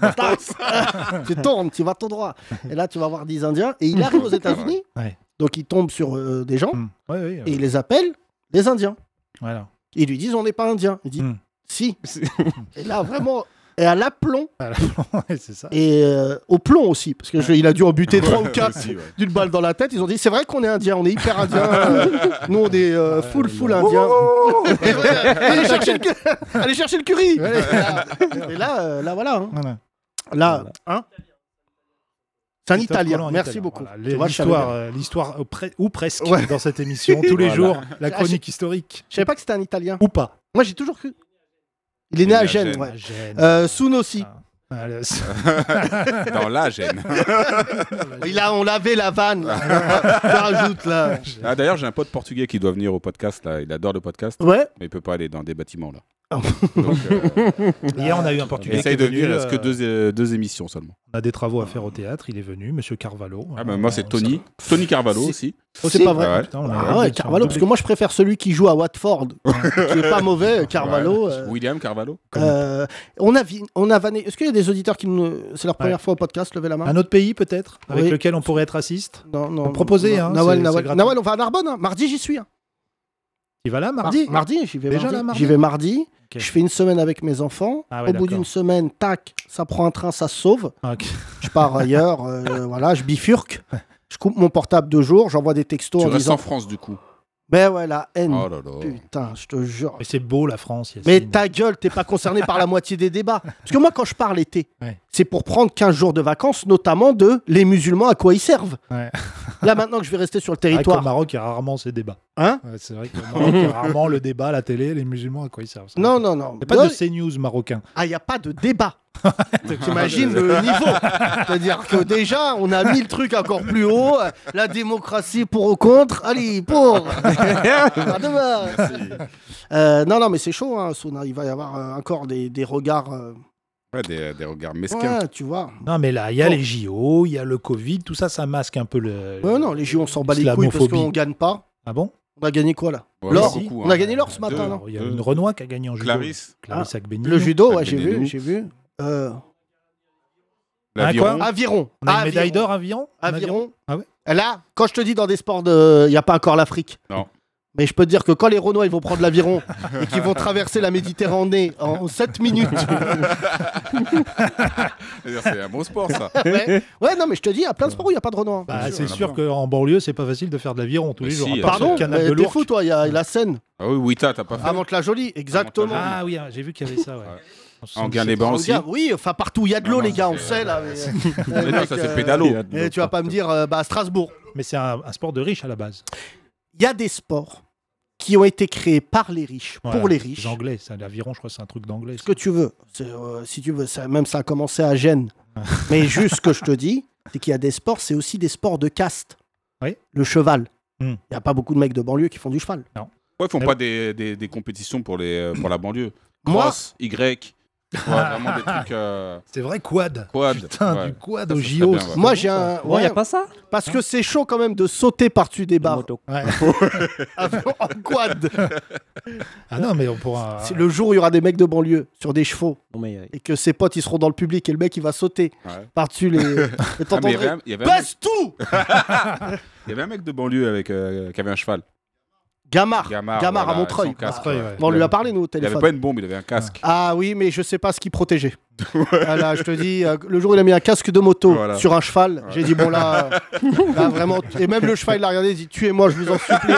Tu tournes, tu vas tout droit. Et là, tu vas voir 10 Indiens. Et il arrive aux États-Unis.
Ouais.
Donc, il tombe sur euh, des gens.
Hmm. Ouais, ouais,
Et
ouais.
il les appelle les Indiens.
Voilà.
Ils lui disent On n'est pas Indiens. Il dit
Hmm.
Si. et là, vraiment. Et à l'aplomb.
Ouais, c'est ça.
Et euh, au plomb aussi. Parce qu'il a dû en buter 3 ou 4
Aussi, ouais.
d'une balle dans la tête. Ils ont dit C'est vrai qu'on est Indiens. On est hyper Indiens. Euh, Nous, on est euh, full, full Indiens. allez, chercher le... cu- allez chercher le curry Et là, euh, là voilà. hein.
Voilà.
Là, hein C'est un
Christophe
Italien,
Colomb en
merci
Italie.
beaucoup.
Voilà.
Tu vois, je savais
L'histoire,
bien.
euh, l'histoire au près- ou presque
Ouais.
dans cette émission, tous les
Voilà.
jours, la
Ah,
chronique historique.
Je savais pas que c'était un Italien.
Ou pas.
Moi, j'ai toujours cru. Il est né à Gênes, ouais.
La gêne.
Euh, Soun aussi.
Ah. Ah, le-
Dans la gêne.
Il a, on l'avait la vanne. là. Je rajoute là.
Ah, D'ailleurs, j'ai un pote portugais qui doit venir au podcast. Là. Il adore le podcast,
Ouais.
mais il peut pas aller dans des bâtiments. là.
Ah.
Donc, euh,
Hier, on a eu un Portugais.
essaye
qui est
de
venu,
venir, est-ce que
euh,
deux, euh, deux émissions seulement
On a des travaux à faire au théâtre. Il est venu, Monsieur Carvalho.
Ah, bah,
On-
moi, c'est
on-
Tony. Tony Carvalho
Si.
aussi.
Oh, c'est pas vrai.
Ouais.
Putain, on a-
Ah ouais, Carvalho, parce que moi je préfère celui qui joue à Watford, qui est pas mauvais, Carvalho.
Ouais.
euh,
William Carvalho.
euh, on a, vi- on a vanné. Est-ce qu'il y a des auditeurs qui nous. C'est leur première fois au podcast, levez la main.
Un autre pays, peut-être, avec
Oui.
lequel on pourrait être raciste.
Non, non.
Faut proposer,
non.
hein,
Nawal,
c'est-
Nawal.
c'est gratuit.
Nawal, on va à Narbonne. hein. Mardi, j'y suis. hein.
Il va là, mardi
Mardi, j'y vais.
Déjà,
mardi.
là, mardi
J'y vais mardi.
Ok.
Je fais une semaine avec mes enfants.
Ah ouais,
Au bout
d'accord.
d'une semaine, tac, ça prend un train, ça se sauve.
Ah, ok.
Je pars ailleurs, euh, voilà, je bifurque. Je coupe mon portable deux jours, j'envoie des textos
Tu
en
restes en
disant.
France, du coup.
Ben ouais, la haine.
Oh là là.
Putain, je te jure.
Mais c'est beau, la France. Yacine.
Mais ta gueule, t'es pas concerné par la moitié des débats. Parce que moi, quand je parle l'été,
Ouais.
c'est pour prendre 15 jours de vacances, notamment de les musulmans, à quoi ils servent.
Ouais.
Là, maintenant que je vais rester sur le
C'est vrai que le
territoire.
Maroc, il y a rarement ces débats.
Hein
Ouais, C'est vrai que le Maroc, il y a rarement le débat, la télé, les musulmans, à quoi ils servent. ça.
Non, non, non.
Il n'y a pas
Non,
de CNews marocain.
Ah, il n'y a pas de débat. T'imagines le niveau. C'est-à-dire que déjà, on a mis le truc encore plus haut. La démocratie pour ou contre. Allez, pour. Pas de mal. Euh, non, non, mais c'est chaud, hein, Sona. Il va y avoir euh, encore des, des regards. euh,
Ouais, des, des regards mesquins.
ouais, tu vois.
Non, mais là, il y a
Bon.
les JO, il y a le Covid, tout ça, ça masque un peu le.
Ouais, non, les JO, on s'en bat les couilles parce
Islamophobie.
qu'on gagne pas.
Ah bon
On a gagné quoi là
Ouais,
L'or.
pas beaucoup,
On a
hein.
gagné l'or ce
Deux.
matin. non Ah,
Alors, Il y a
Euh,
une Renoir qui a gagné en judo.
Clarisse.
Clarisse Agbenino.
Le judo,
Pas
ouais,
de
j'ai
Benelou.
vu, j'ai vu. Euh,
L'aviron.
Ah,
aviron.
On a une
Aviron.
médaille d'or, aviron en
Aviron. Euh,
Ah ouais
Là, quand je te dis dans des sports de, il y a pas encore l'Afrique.
Non.
Mais je peux te dire que quand les Renois ils vont prendre l'aviron et qu'ils vont traverser la Méditerranée en 7 minutes.
C'est un bon sport, ça.
ouais. Ouais, non, mais je te dis, il y a plein de sports où il n'y a pas de Renois.
Bah,
Bien sûr,
c'est
il y en a
sûr
plein.
qu'en banlieue, c'est pas facile de faire de l'aviron tous
Mais
les jours.
Bah, si,
à part sur
Pardon,
le canal
mais
de
Bah, t'es
l'Ourcq.
fou toi, il y a la Seine.
Ah oui, Wita, t'as pas fait.
Avant la jolie, exactement.
Ah oui, hein, j'ai vu qu'il y avait ça, ouais.
Ouais.
En
En gain des
77.
bains
Alors,
aussi.
gars, oui, enfin partout, il y a de
Non,
l'eau
non,
les gars, on
c'est-
sait là. mais-
Mais non,
Avec,
ça
euh,
c'est pédalo.
eh, tu vas pas me dire, euh, bah à Strasbourg.
Mais c'est un, un sport de riche à la base.
Il y a des sports qui ont été créés par les riches,
Ouais,
pour les riches.
Les Anglais, ça, l'aviron, je crois, c'est un truc d'anglais.
Ce que tu veux, C'est, euh, si tu veux, ça, même ça a commencé à Gênes. Mais juste ce que je te dis, c'est qu'il y a des sports, c'est aussi des sports de caste.
Oui.
Le cheval. Il
Hmm.
n'y a pas beaucoup de mecs de banlieue qui font du cheval.
Pourquoi ils font pas des, des, des compétitions pour, les, euh, pour la banlieue
Moi-
Cross, Y. Ouais, vraiment des trucs. euh,
C'est vrai, quad.
Quad,
Putain,
ouais.
du quad
Ça,
au
ça serait
JO.
bien,
c'est
ouais.
bon,
Moi, j'ai
ça.
un.
Il n'y
ouais,
a pas ça
Parce
Hein
que c'est chaud quand même de sauter par-dessus des
bah,
barres
de moto.
Ouais.
en quad.
Ah non, mais on pourra.
Si le jour où il y aura des mecs de banlieue sur des chevaux
Non, mais, euh,
et que ses potes ils seront dans le public et le mec il va sauter
Ouais.
par-dessus les. et
Ah, mais il y avait
t'entendrais.
un- il y, avait un mec-
Baisse tout
il y avait un mec de banlieue avec, euh, qui avait un cheval.
Gamard.
Gamard,
Ah, Gamard à
voilà,
Montreuil. Ah.
sans casque,
Montreuil,
ouais.
ouais.
Bon, on lui a parlé, nous, au
Il avait
téléphone.
pas une bombe, il avait un casque.
Ah oui, mais je sais pas ce qui protégeait. Ah là, je te dis, euh, le jour où il a mis un casque de moto
Voilà.
sur un cheval, j'ai dit, bon là, euh, là, vraiment. Et même le cheval, il l'a regardé, il dit, tuez-moi, je vous en supplie.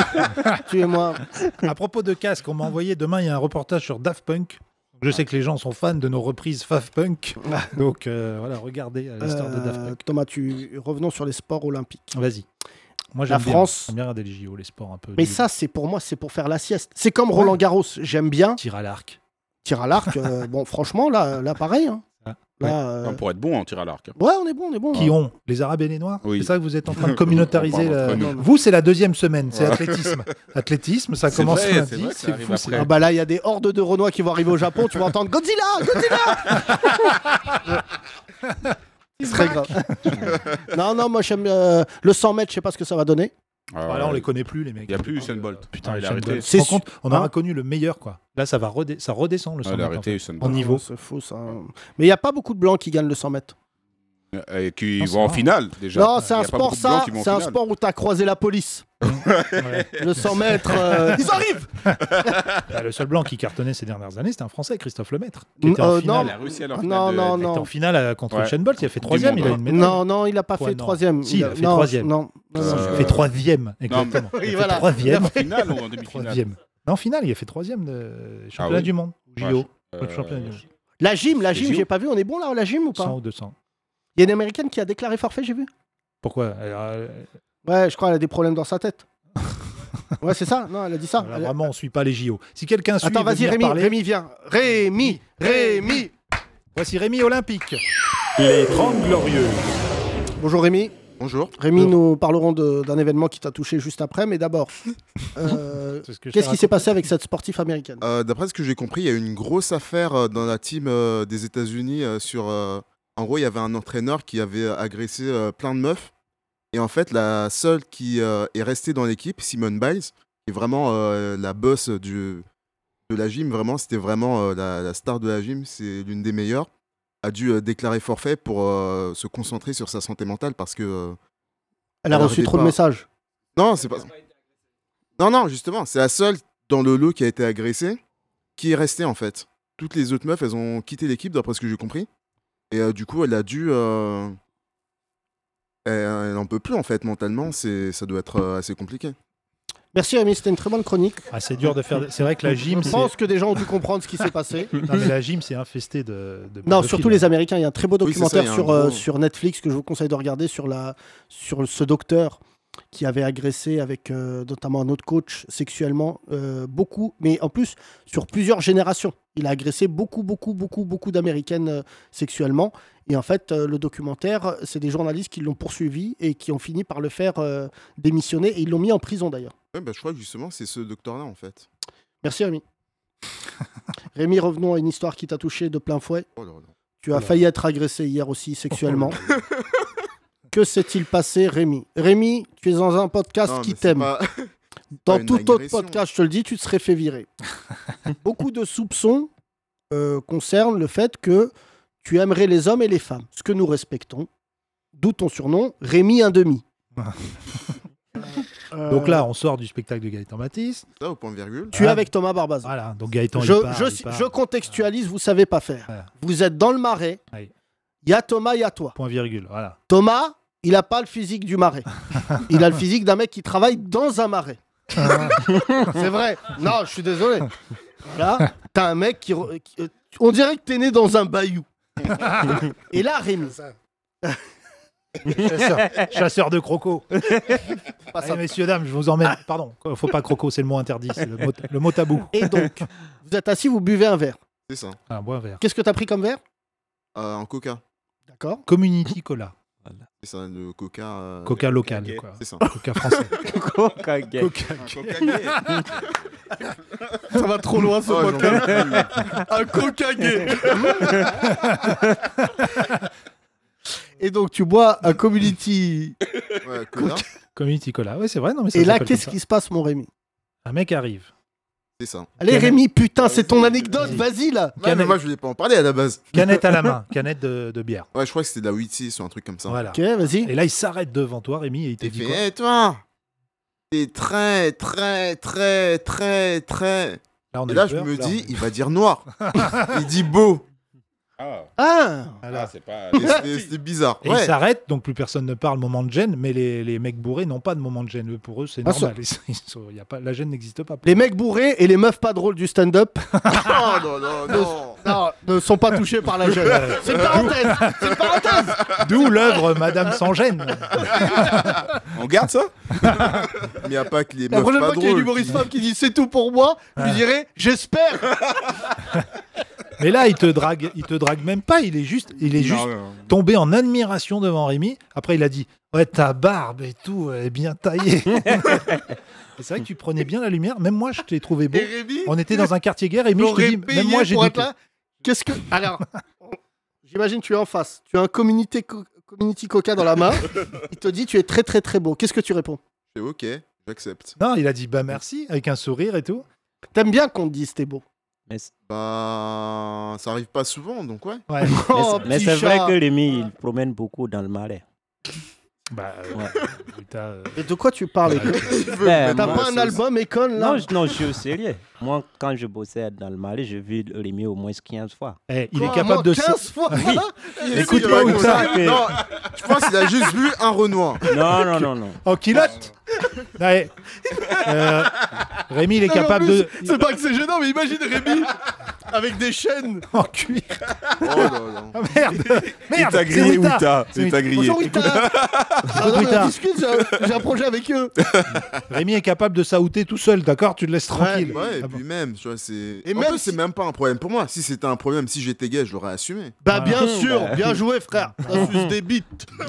tuez-moi.
À propos de casque, on m'a envoyé demain, il y a un reportage sur Daft Punk. Je sais que les gens sont fans de nos reprises Faf Punk. Donc euh, voilà, regardez euh, l'histoire de Daft
Euh,
Punk.
Thomas, tu... revenons sur les sports olympiques.
Vas-y. Moi,
Euh, La
j'aime bien.
France-
J'aime bien regarder les JO, les sports un peu.
Mais
nuls.
ça, c'est pour moi, c'est pour faire la sieste. C'est comme Roland Garros, j'aime bien.
Tir à l'arc.
Tir à l'arc, euh, bon, franchement, là, là pareil. hein.
Ah,
Là, euh,
Enfin, pour être bon en tir à l'arc. hein.
Ouais, on est bon, on est bon.
Qui ont Les Arabes et les Noirs
Oui.
C'est ça que vous êtes en train de
On
communautariser.
parle
la-
entre nous.
Vous, c'est la deuxième semaine, c'est athlétisme. Athlétisme, ça
C'est
commence
vrai, c'est
lundi.
vrai que ça
C'est
arrive
fou, c'est
après.
Ah bah là, il y a des hordes de Renois qui vont arriver au Japon, tu vas entendre Godzilla, Godzilla C'est très grave. non, non, moi j'aime euh, le 100 mètres, je sais pas ce que ça va donner.
Ah,
Voilà, on
ouais.
les connaît plus, les mecs.
Il y a plus Usain Bolt.
Putain,
Ah, il a
Usain
arrêté.
Bolt. Tu te
C'est
rends
su-
compte, on a
Hein
reconnu le meilleur, quoi. Là, ça va redé- ça redescend le hein.
Ah,
sang.
il a arrêté Usain
En
Bolt.
niveau.
C'est fou ça. Mais il n'y a pas beaucoup de blancs qui gagnent le 100 mètres.
Et qui
Non, c'est
vont en
vrai.
finale déjà.
Non, c'est
Il
un
y a pas
sport
beaucoup de blancs
ça,
qui vont en
c'est un
finale.
sport où t'as croisé la police. Le 100 mètres, euh, ils arrivent
Bah, le seul blanc qui cartonnait ces dernières années, c'était un Français, Christophe Lemaitre. Qui
Mm,
était en
euh,
finale,
Elle a réussi à leur finale.
Non,
de-
non,
de-
était en
non.
finale euh, contre
Ouais.
Usain Bolt. Il a fait
Coupe du
troisième,
monde,
il a
hein.
une médaille.
Non, non, il n'a pas
Ouais,
fait
non.
troisième.
Si, il a fait
non,
troisième.
Non, non,
Il
non.
Euh,
a fait troisième, exactement.
Oui,
il a
voilà.
fait troisième.
Finale ou en demi-finale
Troisième. Non, en finale, il a fait troisième de championnat
oui.
du monde. au
Ouais,
JO.
Euh,
Pas de championnat du monde.
La gym, la
Les
gym,
JO.
j'ai pas vu, on est bon là, la gym ou
100
pas
ou 200.
Il y a une américaine qui a déclaré forfait, j'ai vu
Pourquoi Alors, euh,
Ouais, je crois qu'elle a des problèmes dans sa tête. ouais, c'est ça Non, elle a dit ça.
voilà,
Elle-
Vraiment, on suit pas les JO. Si quelqu'un suit,
Attends,
il veut
vas-y,
venir
Rémi,
parler.
Rémi, viens. Rémi, Rémi
Voici Rémi Olympique.
Les 30 Glorieuses.
Bonjour Rémi.
Bonjour.
Euh,
Rémi, nous parlerons de- d'un événement qui t'a touché juste après, mais d'abord, euh,
C'est ce que je
qu'est-ce
t'ai
qui s'est passé avec cette sportive américaine
Euh, D'après ce que j'ai compris, il y a eu une grosse affaire euh, dans la team euh, des États-Unis euh, sur. euh, en gros, il y avait un entraîneur qui avait euh, agressé euh, plein de meufs. Et en fait, la seule qui euh, est restée dans l'équipe, Simone Biles, qui est vraiment euh, la boss du, de la gym. Vraiment, c'était vraiment euh, la, la star de la gym. C'est l'une des meilleures. A dû euh, déclarer forfait pour euh, se concentrer sur sa santé mentale parce que. euh,
Elle a
elle
reçu
arrêtait
trop de
pas.
messages.
non, c'est pas. Non, non, justement, c'est la seule dans le lot qui a été agressée qui est restée en fait. Toutes les autres meufs, elles ont quitté l'équipe, d'après ce que j'ai compris. Et euh, du coup, elle a dû. euh, Elle, elle en peut plus en fait, mentalement. C'est, ça doit être euh, assez compliqué.
Merci Rémi, c'était une très bonne chronique.
Ah, c'est dur de faire. C'est vrai que la gym,
Je
c'est.
pense que des gens ont dû comprendre ce qui s'est passé.
Non, mais la gym, c'est infesté de. de
Non,
pédophiles.
surtout les Américains. Il y a un très beau
hein. Oui, c'est ça,
documentaire
il y a un
sur, euh,
gros-
sur Netflix que je vous conseille de regarder sur, la, sur ce docteur qui avait agressé avec euh, notamment un autre coach sexuellement euh, beaucoup, mais en plus sur plusieurs générations. Il a agressé beaucoup, beaucoup, beaucoup, beaucoup d'Américaines euh, sexuellement. Et en fait, euh, le documentaire, c'est des journalistes qui l'ont poursuivi et qui ont fini par le faire euh, démissionner. Et ils l'ont mis en prison d'ailleurs.
Ouais, bah, je crois que justement, c'est ce docteur-là en fait.
Merci Rémi. Rémi, revenons à une histoire qui t'a touché de plein fouet.
Oh là là.
Tu as failli être agressé hier aussi sexuellement. que s'est-il passé, Rémi Rémi, tu es dans un podcast
Non, mais
Ah, qui
c'est
t'aime.
pas-
Dans
une
tout autre
agression.
podcast, je te le dis, tu te serais fait virer. Beaucoup de soupçons euh, concernent le fait que tu aimerais les hommes et les femmes, ce que nous respectons. D'où ton surnom, Rémi un demi. Euh,
Donc là, on sort du spectacle de Gaëtan Matisse.
Ça, au point virgule.
tu es avec Thomas Barbazan.
Voilà, donc Gaëtan,
je,
ah. il part,
je-
il Ah. part.
je contextualise, vous savez pas faire.
Voilà.
Vous êtes dans le marais.
Aïe.
Il y a Thomas, il y a toi.
Point virgule, voilà.
Thomas, il n'a pas le physique du marais. Il a le physique d'un mec qui travaille dans un marais.
Ah.
c'est vrai. Non, je suis désolé. Là, t'as un mec qui. re- qui- euh, On dirait que t'es né dans un bayou. Et là, Rémi.
Chasseur, chasseur de crocos.
pas
Allez,
ça.
messieurs, dames, je vous emmène. Pardon, faut pas croco, c'est le mot interdit, c'est le mot, le mot tabou.
Et donc, vous êtes assis, vous buvez un verre.
C'est ça.
Ah, bois un verre.
Qu'est-ce que t'as pris comme verre
Euh, un coca.
D'accord.
Community Cola,
C'est ça, le coca. euh,
coca local, quoi.
C'est
Oh,
ça.
coca français.
Coca gay.
Un coca gay.
Ça va trop loin
Oh, j'en peux plus.
Un coca Et donc, tu bois un community.
Ouais, cola,
Community Cola, ouais, c'est vrai, non, mais ça
Et là,
s'appelle
qu'est-ce
comme
qui se passe, mon Rémi
ça. Un mec arrive.
C'est ça.
Allez,
Canette.
Rémi, putain, c'est ton anecdote, vas-y là
Ouais, mais
Canette,
moi, je voulais pas en parler à la base.
canette à la main, canette de, de bière.
Ouais, je crois que c'était de la 8 ou un truc comme ça.
Voilà.
Ok, vas-y.
Et là, il s'arrête devant toi, Rémi, et il te
T'es
dit
fait,
quoi
Eh, toi T'es très, très, très, très, très.
Là, on
Et
a
là,
eu
je
peur,
me
là, on a
dis,
eu-
il va dire noir. il dit beau.
Ah,
Ah
ah,
Voilà.
c'est pas.
Et C'était c'était bizarre.
Et il
ouais.
s'arrête, donc plus personne ne parle moment de gêne, mais les, les mecs bourrés n'ont pas de moment de gêne. Eux, pour eux, c'est
Bien
normal. Ils sont- y a pas, la gêne n'existe pas.
Les mecs bourrés et les meufs pas drôles du stand-up
Oh non, non, non.
non, ne sont pas touchés par la jeune. C'est une parenthèse C'est une parenthèse
D'où l'œuvre Madame sans gêne.
On garde ça
Mais il n'y a pas que les
La
meufs
prochaine
pas
fois qu'il y a une
drôles.
humoriste femme qui dit c'est tout pour moi, je lui dirais j'espère
Mais là, il te drague, il te drague même pas. Il est juste, il est juste tombé en admiration devant Rémi. Après, il a dit Ouais, ta barbe et tout elle est bien taillée. Et c'est vrai que tu prenais bien la lumière. Même moi, je t'ai trouvé beau.
Et Rémi,
On était dans un quartier guerre. Rémi, je te
j'aurais
dis
payé
Même moi, j'ai
pour être
douté.
là. Qu'est-ce que. Alors, j'imagine tu es en face. Tu as un community, co- community coca dans la main. Il te dit tu es très très très beau. Qu'est-ce que tu réponds
Je fais, ok, j'accepte.
Non, il a dit Bah merci, avec un sourire et tout.
T'aimes bien qu'on te dise t'es beau.
Mais, c-
Bah, ça arrive pas souvent, donc ouais.
Ouais.
mais c-
Oh,
mais
petit
c'est vrai
chat.
que Rémi, il promène beaucoup dans le marais.
Bah, euh,
Ouais.
t'as, euh,
Oh, Mais de quoi tu parles École
Ben,
Eh, T'as
moi-
pas un album École là
non, je, non, je suis au sérieux. Moi, quand je bossais dans le Mali, j'ai vu Rémi au moins 15 fois.
eh, il
Quoi,
est capable
moi,
de.
15 fois
Oui.
Écoute-moi,
Il est
Outa,
comme
mais-
Non, je pense qu'il a juste vu un Renoir.
Non, non, non, non.
En culotte Non, eh, euh, Rémi, il est capable de.
C'est pas que c'est gênant, mais imagine Rémi Avec des chaînes
en cuir.
Oh là là.
Ah, merde Merde
Ita grillé
c'est Outa.
Outa.
C'est
Ita grillé.
Bonjour Wita Ah non, mais
Wita.
on discute, j'ai- j'ai un projet avec eux
Rémi est capable de sauter tout seul, d'accord Tu le laisses tranquille.
Ouais, et
Ah
puis même, tu vois, c'est.
Et
en
même
plus,
si-
c'est même pas un problème pour moi. Si c'était un problème, si j'étais gay, je l'aurais assumé.
Bah bien
Ouais.
sûr, bien joué frère Ça suce des bites
bon.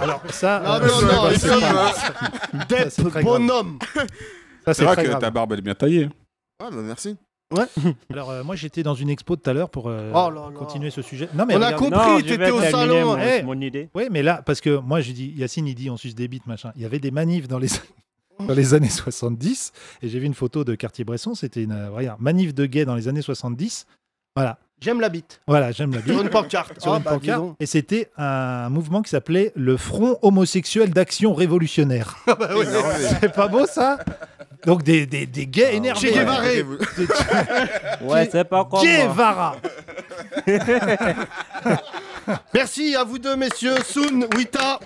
Alors ça,
Ah
euh,
mais non, non,
ça,
les
c'est
filles,
pas- Ça, c'est
Depp,
très grave.
bonhomme
ça,
C'est
c'est
vrai
très
que ta
grave.
barbe, elle est bien taillée. hein.
Ouais, bah merci.
Alors euh, moi j'étais dans une expo tout à l'heure pour euh,
Oh là là.
continuer ce sujet. Non mais
On a
regarde-
Non,
compris,
je vais
t'étais au
terminer
salon
mon,
eh.
mon idée.
Oui, mais là, parce que moi, j'ai dit, Yacine, il dit, on suce des bites, machin. Il y avait des manifs dans les, dans les années 70, et j'ai vu une photo de Cartier-Bresson, c'était une euh, regarde, manif de gays dans les années 70. Voilà,
J'aime la bite
voilà, j'aime la bite.
Sur une pancarte
Sur
Ah,
une
bah, dis
pancarte.
donc.
et c'était un mouvement qui s'appelait le Front homosexuel d'action révolutionnaire.
Bah ouais.
C'est pas beau, ça Donc des, des, des gays énervés.
Ah, Che Guevara. Barré.
vous-
Des-
Ouais, c'est pas comme.
Guevara
Merci à vous deux messieurs, Soun, Wita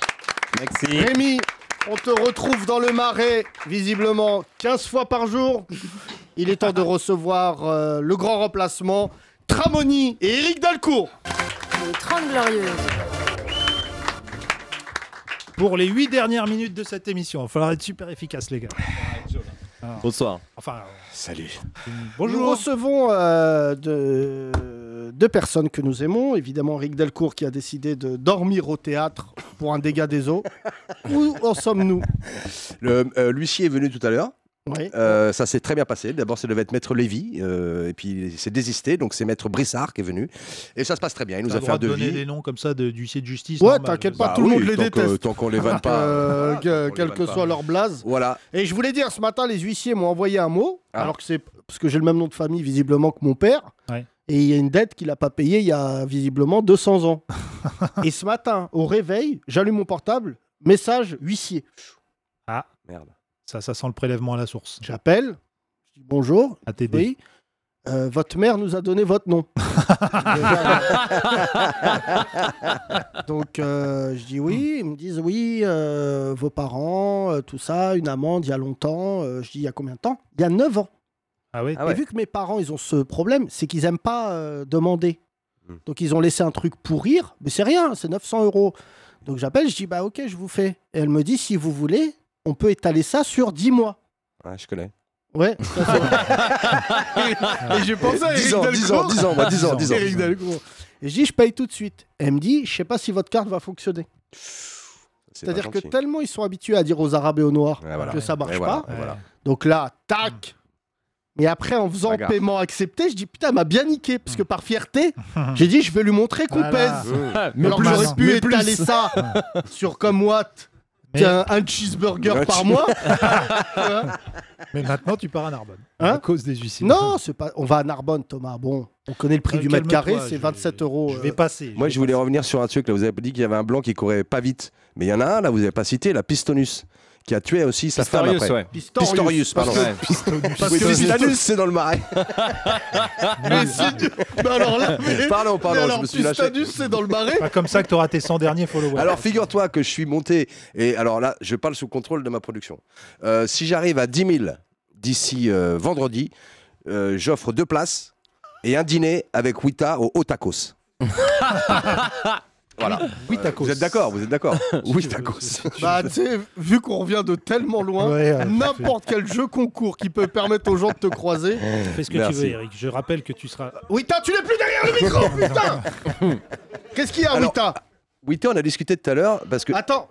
Merci.
Rémi, on te retrouve dans le marais, visiblement 15 fois par jour. Il est temps de recevoir euh, le grand remplacement, Tramoni et Eric Dalcourt.
Les 30 Glorieuses.
Pour les huit dernières minutes de cette émission, il va falloir être super efficace, les gars.
Bonsoir.
Enfin,
Salut.
euh,
Nous
bonjour
recevons euh, de- deux personnes que nous aimons. Évidemment, Eric Delcourt qui a décidé de dormir au théâtre pour un dégât des eaux. Où en sommes-nous
Le, euh, L'huissier est venu tout à l'heure.
Oui.
Euh, ça s'est très bien passé. D'abord, ça devait être Maître Lévy, euh, et puis il s'est désisté. Donc, c'est Maître Brissard qui est venu. Et ça se passe très bien. Il nous
T'as
a
le
fait un
droit de donner
devis.
des noms comme ça de- d'huissier de justice.
Ouais,
normal.
t'inquiète
Bah,
pas, tout le monde les
tant que-
déteste.
tant qu'on les vanne pas.
Euh, que-
voilà, tant qu'on
quel
les
que
vanne
soit
pas.
leur blase.
Voilà.
Et je voulais dire, ce matin, les huissiers m'ont envoyé un mot,
Ah.
alors que c'est parce que j'ai le même nom de famille visiblement que mon père.
Ouais.
Et il y a une dette qu'il n'a pas payée il y a visiblement 200 ans. et ce matin, au réveil, j'allume mon portable, message huissier.
Merde.
Ça, ça sent le prélèvement à la source.
J'appelle, je dis bonjour,
À t'aider.
oui. euh, votre mère nous a donné votre nom. Déjà, euh, Donc euh, je dis oui, ils me disent oui, euh, vos parents, euh, tout ça, une amende il y a longtemps. Euh, je dis il y a combien de temps Il y a 9 ans.
Ah oui.
Ah
Et
ouais.
vu que mes parents, ils ont ce problème, c'est qu'ils aiment pas euh, demander.
Hmm.
Donc ils ont laissé un truc pourrir, mais c'est rien, c'est 900 euros. Donc j'appelle, je dis bah ok, je vous fais. Et elle me dit si vous voulez, on peut étaler ça sur 10 mois.
Ah, je connais.
Ouais. ça,
Ah,
c'est- et j'ai pensé à
10
Eric
ans, 10 ans,
Delcourt.
10 ans, moi, 10 ans, 10 ans.
Eric Delcourt. Et je dis je paye tout de suite. Elle me dit je sais pas si votre carte va fonctionner.
C'est pas
C'est-à-dire que
gentil.
tellement ils sont habitués à dire aux Arabes et aux Noirs
Ouais, Mm. voilà.
que ça marche
Et voilà,
pas.
et voilà.
Ouais.
Donc là, tac. Mais après, en faisant
Bagarre.
paiement accepté, je dis putain, elle m'a bien niqué. Parce que
Mm.
par fierté, j'ai dit je vais lui montrer qu'on
Voilà.
pèse.
Mais
Alors que
plus,
j'aurais pu
mais plus.
étaler ça sur comme Watt.
Mais-
qu'un- un cheeseburger
Un
par
cheese-
mois. Hein
Mais maintenant, tu pars à Narbonne.
Hein
à cause des huissiers.
non, c'est pas. On va à Narbonne, Thomas. Bon, on connaît le prix
Euh,
du mètre
calme-toi,
carré,
je
c'est
vais-
27 euros.
Je vais
euh.
passer.
Moi,
vais
je voulais
passer.
revenir sur un truc. Là, vous avez dit qu'il y avait un blanc qui courait pas vite. Mais il y en a un, là, vous avez pas cité, la Pistonus, qui a tué aussi sa femme après.
ouais.
Pistorius.
Pistorius, pardon.
Parce que- parce
Oui,
que-
Pistonus, c'est dans le marais.
Mais si- mais alors là, mais-
Pardon,
mais
pardon,
alors,
je me suis lâché.
Pistorius, c'est dans le marais.
Pas comme ça que t'auras tes 100 derniers followers.
Alors figure-toi que je suis monté, et alors là, je parle sous contrôle de ma production. Euh, si j'arrive à 10 000 d'ici euh, vendredi, euh, j'offre deux places et un dîner avec Wita au Otakos. voilà.
oui, t'as cause.
Vous êtes d'accord Vous êtes d'accord Oui,
Si
Tacos.
tu-
Bah, tu sais, vu qu'on revient de tellement loin,
Ouais, ouais,
n'importe quel jeu concours qui peut permettre aux gens de te croiser.
Fais ce que
Merci.
tu veux, Eric. Je rappelle que tu seras. euh,
Wita, tu n'es plus derrière le micro, putain Qu'est-ce qu'il y a,
Alors-
Wita
Wita, on a discuté tout à l'heure parce que.
Attends,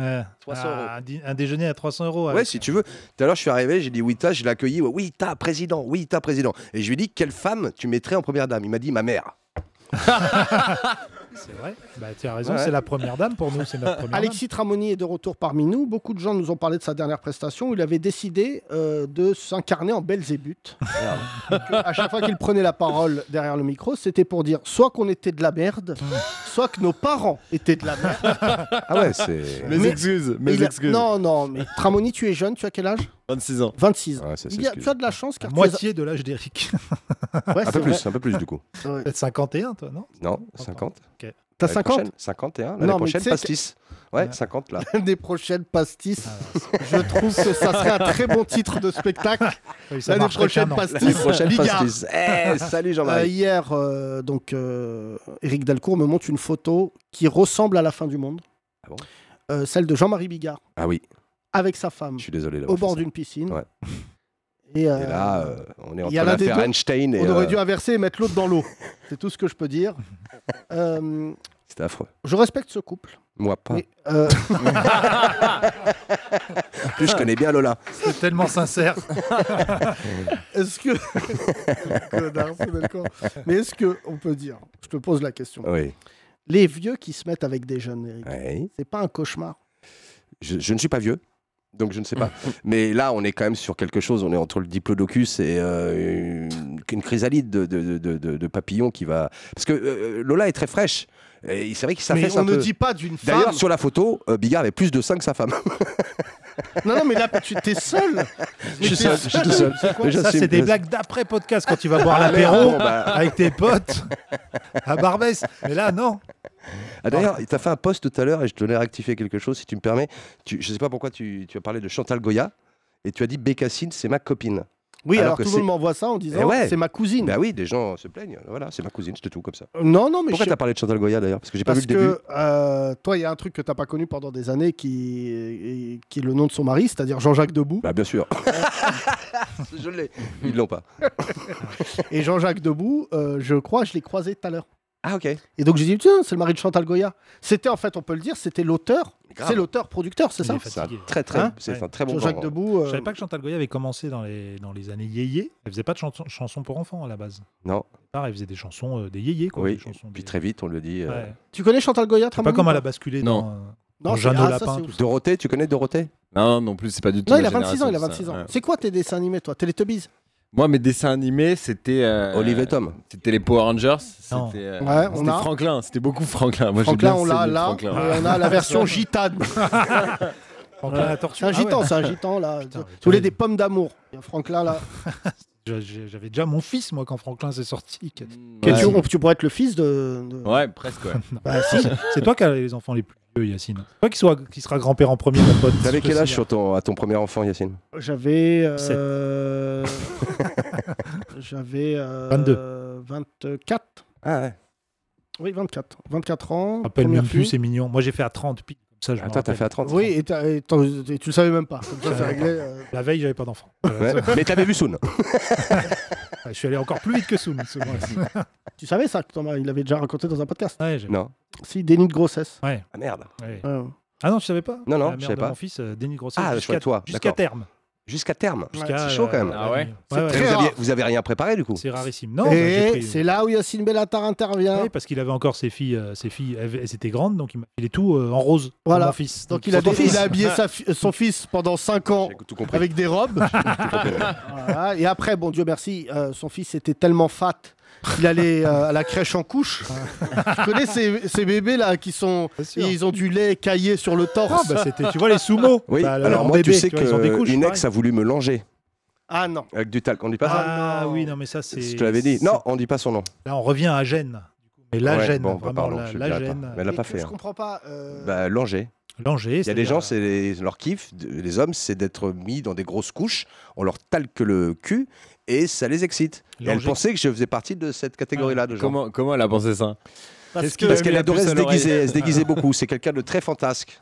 Euh,
300
ah,
euros.
Un, dî- un déjeuner à 300 euros.
Ouais,
Alex.
si tu veux. Tout à l'heure, je suis arrivé, j'ai dit Wita, je l'ai accueilli. Wita, président, Wita, président. Et je lui ai dit, quelle femme tu mettrais en première dame Il m'a dit, ma mère.
C'est vrai. Bah, tu as raison,
Ouais.
c'est la première dame pour nous. C'est notre première
Alexis Tramoni est de retour parmi nous. Beaucoup de gens nous ont parlé de sa dernière prestation où il avait décidé euh, de s'incarner en Belzébuth. Donc, euh, à chaque fois qu'il prenait la parole derrière le micro, c'était pour dire soit qu'on était de la merde, soit que nos parents étaient de la merde.
Ah ouais, c'est.
Mes
Mais-
excuses,
Et
mes
il a-
excuses.
Non, non, mais Tramoni, tu es jeune, tu as quel âge
26 ans.
26 ans.
Ouais, ça, c'est
Il y a-
ce que-
tu as de la chance
dame.
car tu
Moitié de l'âge d'Eric.
es... ouais,
Un
c'est
peu
vrai.
plus, un peu plus du coup.
Peut-être 51, toi, non
Non, 50.
Ok.
T'as
L'année
50
prochaine, 51.
Non,
L'année
mais
prochaine,
tu sais
pastis. Ouais,
Ouais.
50 là.
des prochaines pastis. Je trouve que ça serait un très bon titre de spectacle.
Oui, ça
L'année
marcherait
prochaine,
qu'un an.
L'année
pastis.
prochaine,
Bigard.
pastis. Eh, salut
Euh,
Jean-Marie.
hier, euh, donc, euh, Eric Delcourt me montre une photo qui ressemble à la fin du monde.
Ah bon
Euh, celle de Jean-Marie Bigard
Ah oui,
avec sa femme
je suis désolé. d'avoir
Euh, au
fait
bord
ça.
d'une piscine.
Ouais.
Et, euh,
Et là, euh, on est
il
entre
y a l'un des
l'affaire
deux.
Einstein et.
on aurait
euh,
dû inverser et mettre l'autre dans l'eau. C'est tout ce que je peux dire. Euh,
C'était affreux.
je respecte ce couple.
Moi, pas.
mais, euh,
En plus, je connais bien Lola.
C'est tellement sincère.
Est-ce que. Connard, c'est d'accord. Mais est-ce que on peut dire Je te pose la question.
Oui.
Les vieux qui se mettent avec des jeunes, Eric,
Euh. Ouais.
c'est pas un cauchemar
Je, je ne suis pas vieux, donc je ne sais pas. Mais là, on est quand même sur quelque chose. On est entre le diplodocus et euh, une, une chrysalide de, de, de- de- de papillons qui va. Parce que euh, Lola est très fraîche. Et c'est vrai qu'il
Mais
s'affaisse
on
un
ne
peu.
dit pas d'une femme.
D'ailleurs, sur la photo, euh, Bigard avait plus de seins que sa femme.
Non, non, mais là, tu t'es seul.
je suis seul, je suis tout seul.
ça, c'est des blagues d'après podcast quand tu vas boire l'apéro
bon, bah.
avec tes potes à Barbès. Mais là, non.
Ah, D'ailleurs, tu as fait un post tout à l'heure et je te voulais rectifier quelque chose, si tu me permets. Tu- je ne sais pas pourquoi tu, tu as parlé de Chantal Goya et tu as dit Bécassine, c'est ma copine.
Oui,
Alors
alors,
que
tout le
c'est-
monde m'envoie ça en disant
Eh ouais.
c'est ma cousine.
Bah oui, des gens se plaignent. Voilà, c'est ma cousine, c'était tout comme ça.
Non, non, mais
Pourquoi
je
tu as
sais-
parlé de Chantal Goya d'ailleurs Parce que j'ai pas vu
Parce
le début.
que euh, toi, il y a un truc que t'as pas connu pendant des années qui, et- qui est le nom de son mari, c'est-à-dire Jean-Jacques Debout.
Bah bien sûr. je l'ai. Ils l'ont pas.
Et Jean-Jacques Debout, euh, je crois, je l'ai croisé tout à l'heure.
Ah ok.
Et donc j'ai dit, tiens, c'est le mari de Chantal Goya. C'était en fait, on peut le dire, c'était l'auteur.
Grave.
C'est l'auteur-producteur, c'est
Il
ça
est fatigué.
Très très.
Hein
c'est
Ouais.
un très bon
Jean-Jacques
genre.
Debout. euh,
Je savais pas que Chantal Goya avait commencé dans les, dans les années yéyé. Elle faisait pas de chanson- chansons pour enfants à la base.
Non.
Au départ, elle faisait des chansons euh, des yéyés. Quoi,
Oui,
des chansons
Puis
des-
très vite, on lui dit. euh,
Ouais.
Tu connais Chantal
Je
Goya
sais pas
Tramani,
comment elle
toi
a basculé
Non.
dans, euh,
Non,
dans
c'est-
Jeanne
ah,
au
ça,
Lapin,
c'est
tout
ouf.
ça.
Dorothée, tu connais Dorothée
Non, non plus, c'est pas du tout. ma
Non, il a 26 ans,
génération,
il a
ça.
26 ans.
Ouais.
C'est quoi tes dessins animés, toi Télétubbies
Moi, mes dessins animés, c'était. euh,
Olive et Tom.
C'était les Power Rangers.
Non.
C'était euh,
Ouais, on
c'était
a.
Franklin. C'était beaucoup Franklin. Moi, j'ai
Franklin,
bien
on l'a
saigné
là,
Franklin.
et on a la version gitane.
Franklin la tortue.
C'est un
Ah ouais.
gitan, c'est un gitan, là.
Putain,
Tu voulais des pommes d'amour. Il y a Franklin, là.
Je- je- J'avais déjà mon fils, moi, quand Franklin s'est sorti. que-
Ouais.
Tu, on- tu pourrais être le fils de. de-
Hmm. Ouais, presque, ouais.
Bah, si.
C'est toi qui as les enfants les plus vieux, Yacine. C'est toi qui, sois- qui sera grand-père en premier, mon pote.
T'avais quel
Je
âge
sais.
sur ton, à ton premier enfant, Yacine
J'avais. euh, J'avais. euh, 24.
Ah ouais.
Oui, 24. 24 ans.
Je me rappelle
première
même
fille.
plus, c'est mignon. Moi, j'ai fait à 30 piles. Comme ça, je me
Attends, Ah, t'as
rappelle.
fait à 30
Oui, et, t'as- et t'en- et tu le savais même pas. Comme ça, c'est réglé. euh.
La veille, j'avais pas d'enfant.
Ouais. Mais t'avais vu Soon
Je suis allé encore plus vite que Soon. ce mois-ci.
Tu savais ça, que Thomas, il l'avait déjà raconté dans un podcast.
Ouais, j'ai-
Non.
Si, déni de grossesse.
Ah merde.
ouais.
Ouais.
Ah non, je savais pas.
Non, non,
La
je
mère
savais
de
pas.
Mon fils, euh, déni de grossesse.
Ah, je
jusqu'à
crois toi,
Jusqu'à
d'accord.
terme.
Jusqu'à terme.
Jusqu'à,
C'est chaud, quand même.
euh,
Ah ouais
ouais, ouais,
Vous
très
aviez,
rare.
vous avez rien préparé du coup
C'est rarissime. Non, bah, j'ai
et
pris- euh.
c'est là où Yacine Bellatar intervient.
Oui, parce qu'il avait encore ses filles, euh, ses filles, elles, elles étaient grandes, donc il m'a filé tout euh, en rose. pour
Voilà.
Mon fils.
Donc il a,
Pour ton
dé-
fils.
il a habillé sa fi- euh, son fils pendant 5 ans
J'ai tout compris.
avec des robes.
Ah,
Voilà. Et après, bon Dieu merci, euh, son fils était tellement fat qu'il allait euh, à la crèche en couche. tu connais ces, ces bébés là qui sont,
Bien sûr.
ils ont du lait caillé sur le
Ah,
torse.
bah, c'était, tu vois, les sumo.
Oui,
Bah,
alors
leur
moi, tu
bébé,
sais
vois, ils ont des couches,
que une ex
pareil.
a voulu me langer
Ah non.
avec du talc. On dit pas ça
Ah,
Ah, non.
oui, non, mais ça, c'est.
Je te l'avais dit.
c'est-
Non, on dit pas son nom.
Là, on revient à Gênes. Mais la
Ouais,
Gênes,
bon, bah,
vraiment,
pardon,
la,
je
la
dirais pas.
Gênes.
Mais elle l'a
Mais
pas
que-
fait.
Je
hein.
comprends pas. euh,
Bah, langer.
L'Angers.
Il y a des gens, c'est les- leur kiff, de- les hommes, c'est d'être mis dans des grosses couches, on leur talque le cul et ça les excite. Et elle
Langer.
pensait que je faisais partie de cette catégorie-là de gens.
Comment, comment elle a pensé ça
parce que
Parce qu'elle
la
adorait
puce
se
à l'oreille.
déguiser, elle se déguisait beaucoup. C'est quelqu'un de très fantasque.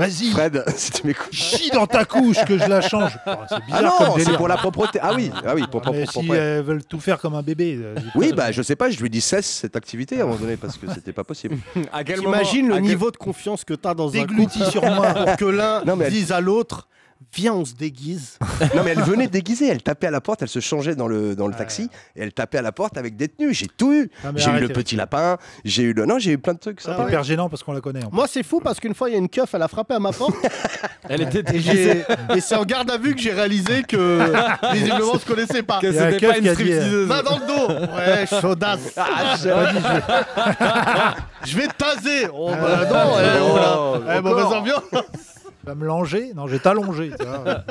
Vas-y,
Fred, si tu m'écoutes.
chie dans ta couche que je la change. Ah, c'est
Ah
bizarre
non,
comme
c'est
délire.
pour la propreté. Ah oui, ah oui, pour,
Ah,
pour-
mais
pour-
si
pour-
elles veulent tout faire comme un bébé. euh,
Oui, bah je sais pas, je lui dis cesse cette activité à un moment donné parce que c'était pas possible.
À quel
t'imagines le
à quel-
niveau de confiance que t'as dans un
Déglutis
couple
sur moi.
pour que l'un
Non, mais elle-
dise à l'autre, viens on se déguise.
Non, mais elle venait déguisée, elle tapait à la porte, elle se changeait dans le, dans le taxi, et elle tapait à la porte avec des tenues. J'ai tout eu.
Non, Ah, mais
J'ai eu le
arrêtez.
petit lapin, j'ai eu le. Non, j'ai eu plein de trucs. Ça.
Ah
C'est
ouais.
hyper gênant parce qu'on la connaît. en
Moi c'est fou parce qu'une fois il y a une keuf, elle a frappé à ma porte.
Elle était
Et, j'ai- et c'est en garde à vue que j'ai réalisé que visiblement on se connaissait pas.
que
Il y a un
c'était
keuf
pas
qui a
une
dit,
stripteaseuse.
Main dans le dos Ouais, chaudasse
Ah, Ah,
Je vais te taser Oh bah non, eh, oh là, eh, mauvaise ambiance
Tu vas me langer Non, je vais t'allonger. tu vois.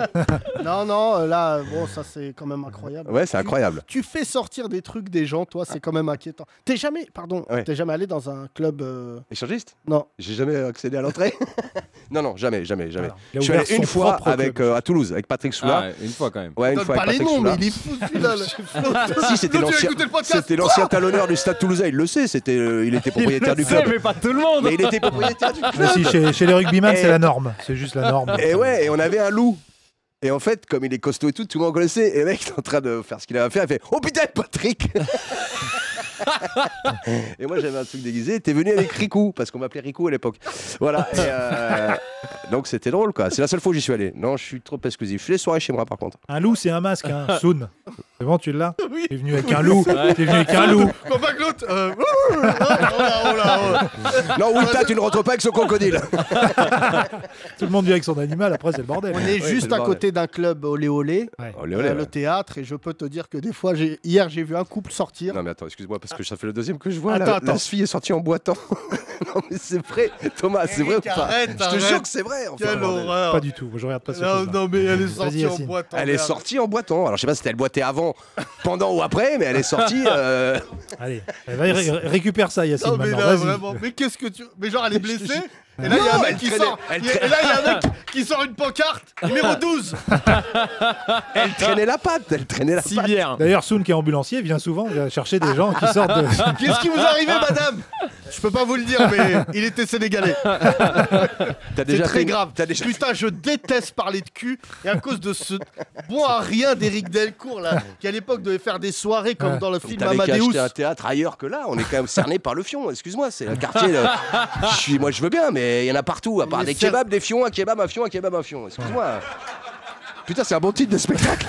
Non, non, euh, là, euh, bon, ça c'est quand même incroyable.
Ouais, c'est
Tu-
incroyable.
Tu fais sortir des trucs des gens, toi, c'est quand même inquiétant. T'es jamais, pardon,
Ouais.
t'es jamais allé dans un club. euh,
Échangiste
Non.
J'ai jamais accédé à l'entrée. non, non, jamais, jamais, jamais.
Alors, il a
Je suis
ouvert
allé une
son
fois
propre
avec,
club.
euh, à Toulouse avec Patrick Soula.
Ah, une fois quand même.
Ouais, une
Donne
fois
pas
avec
les
Patrick
noms, mais
Soula.
il est fou celui-là. là.
Si, c'était
L'autre, il a
l'ancien.
écouté le podcast.
C'était l'ancien talonneur du Stade Toulousain, il le sait, c'était, euh, il était propriétaire du club.
mais pas tout le monde.
Mais il était propriétaire du
Mais
club.
si, chez, chez les rugbyman,
euh, Et-
c'est la norme. C'est juste la norme.
Et ouais, et on avait un loup. Et en fait, comme il est costaud et tout, tout le monde connaissait. Et le mec est en train de faire ce qu'il avait à faire. Il fait Oh putain, Patrick Et moi, j'avais un truc déguisé. T'es venu avec Riku, parce qu'on m'appelait Riku à l'époque. Voilà. et, euh, Donc c'était drôle, quoi. C'est la seule fois où j'y suis allé. Non, je suis trop exclusif. Je fais les soirées chez moi, par contre.
Un loup, c'est un masque, hein. Soon. C'est bon, tu l'as T'es venu avec un loup. T'es venu avec un loup.
Quand pas que l'autre. euh, oh là, oh là, oh là.
Non, Wita, tu ne rentres pas avec ce crocodile
Tout le monde vient avec son animal. Après, c'est le bordel.
On est
Ouais, c'est
juste
le
à
bordel.
côté d'un club olé olé,
Olé,
euh,
olé,
le
ouais.
théâtre, et je peux te dire que des fois, j'ai- hier, j'ai vu un couple sortir.
Non mais attends, excuse-moi parce que ça fait le deuxième que je vois.
Attends,
la,
attends.
la fille est sortie en boitant. non mais c'est vrai, Thomas, c'est vrai ou pas
arrête,
Je te
arrête.
jure que c'est vrai. enfin,
Quelle
bordel.
horreur.
Pas du tout. Je regarde pas ce
Non, non, mais elle est sortie en
Yacine.
boîte. hein. en
Elle est
Oh, merde.
sortie en boitant. Alors je sais pas si elle boitait avant, pendant ou après, mais elle est sortie. euh,
Allez, va récupère ça, Yacine.
Non, Ah, mais
maintenant.
là,
Vas-y.
vraiment, mais qu'est-ce que tu. Mais genre, elle est blessée. Et là,
Non,
il y a un
elle
mec qui
traînait-
sort.
elle
il y a-
traînait-
Et là, il y a un mec qui sort une pancarte, numéro 12.
Elle traînait la patte. Elle traînait la patte.
Civière.
D'ailleurs, Soon, qui est ambulancier, vient souvent chercher des gens qui sortent de.
Qu'est-ce qui vous est arrivé, madame Je peux pas vous le dire, mais il était sénégalais.
T'as
C'est
déjà fait
très
une-
grave.
T'as déjà.
Putain, je déteste parler de cul. Et à cause de ce bon à rien d'Éric Delcourt, là, qui à l'époque devait faire des soirées comme dans le film
T'avais qu'à
Amadeus.
acheter un théâtre ailleurs que là, on est quand même cerné par le fion, excuse-moi, c'est un quartier. là. Je suis, moi je veux bien, mais il y en a partout, à part
Mais
des
cer-
kebabs, des fions, un kebab, un fion, un kebab, un fion, excuse-moi. Putain, c'est un bon titre de spectacle.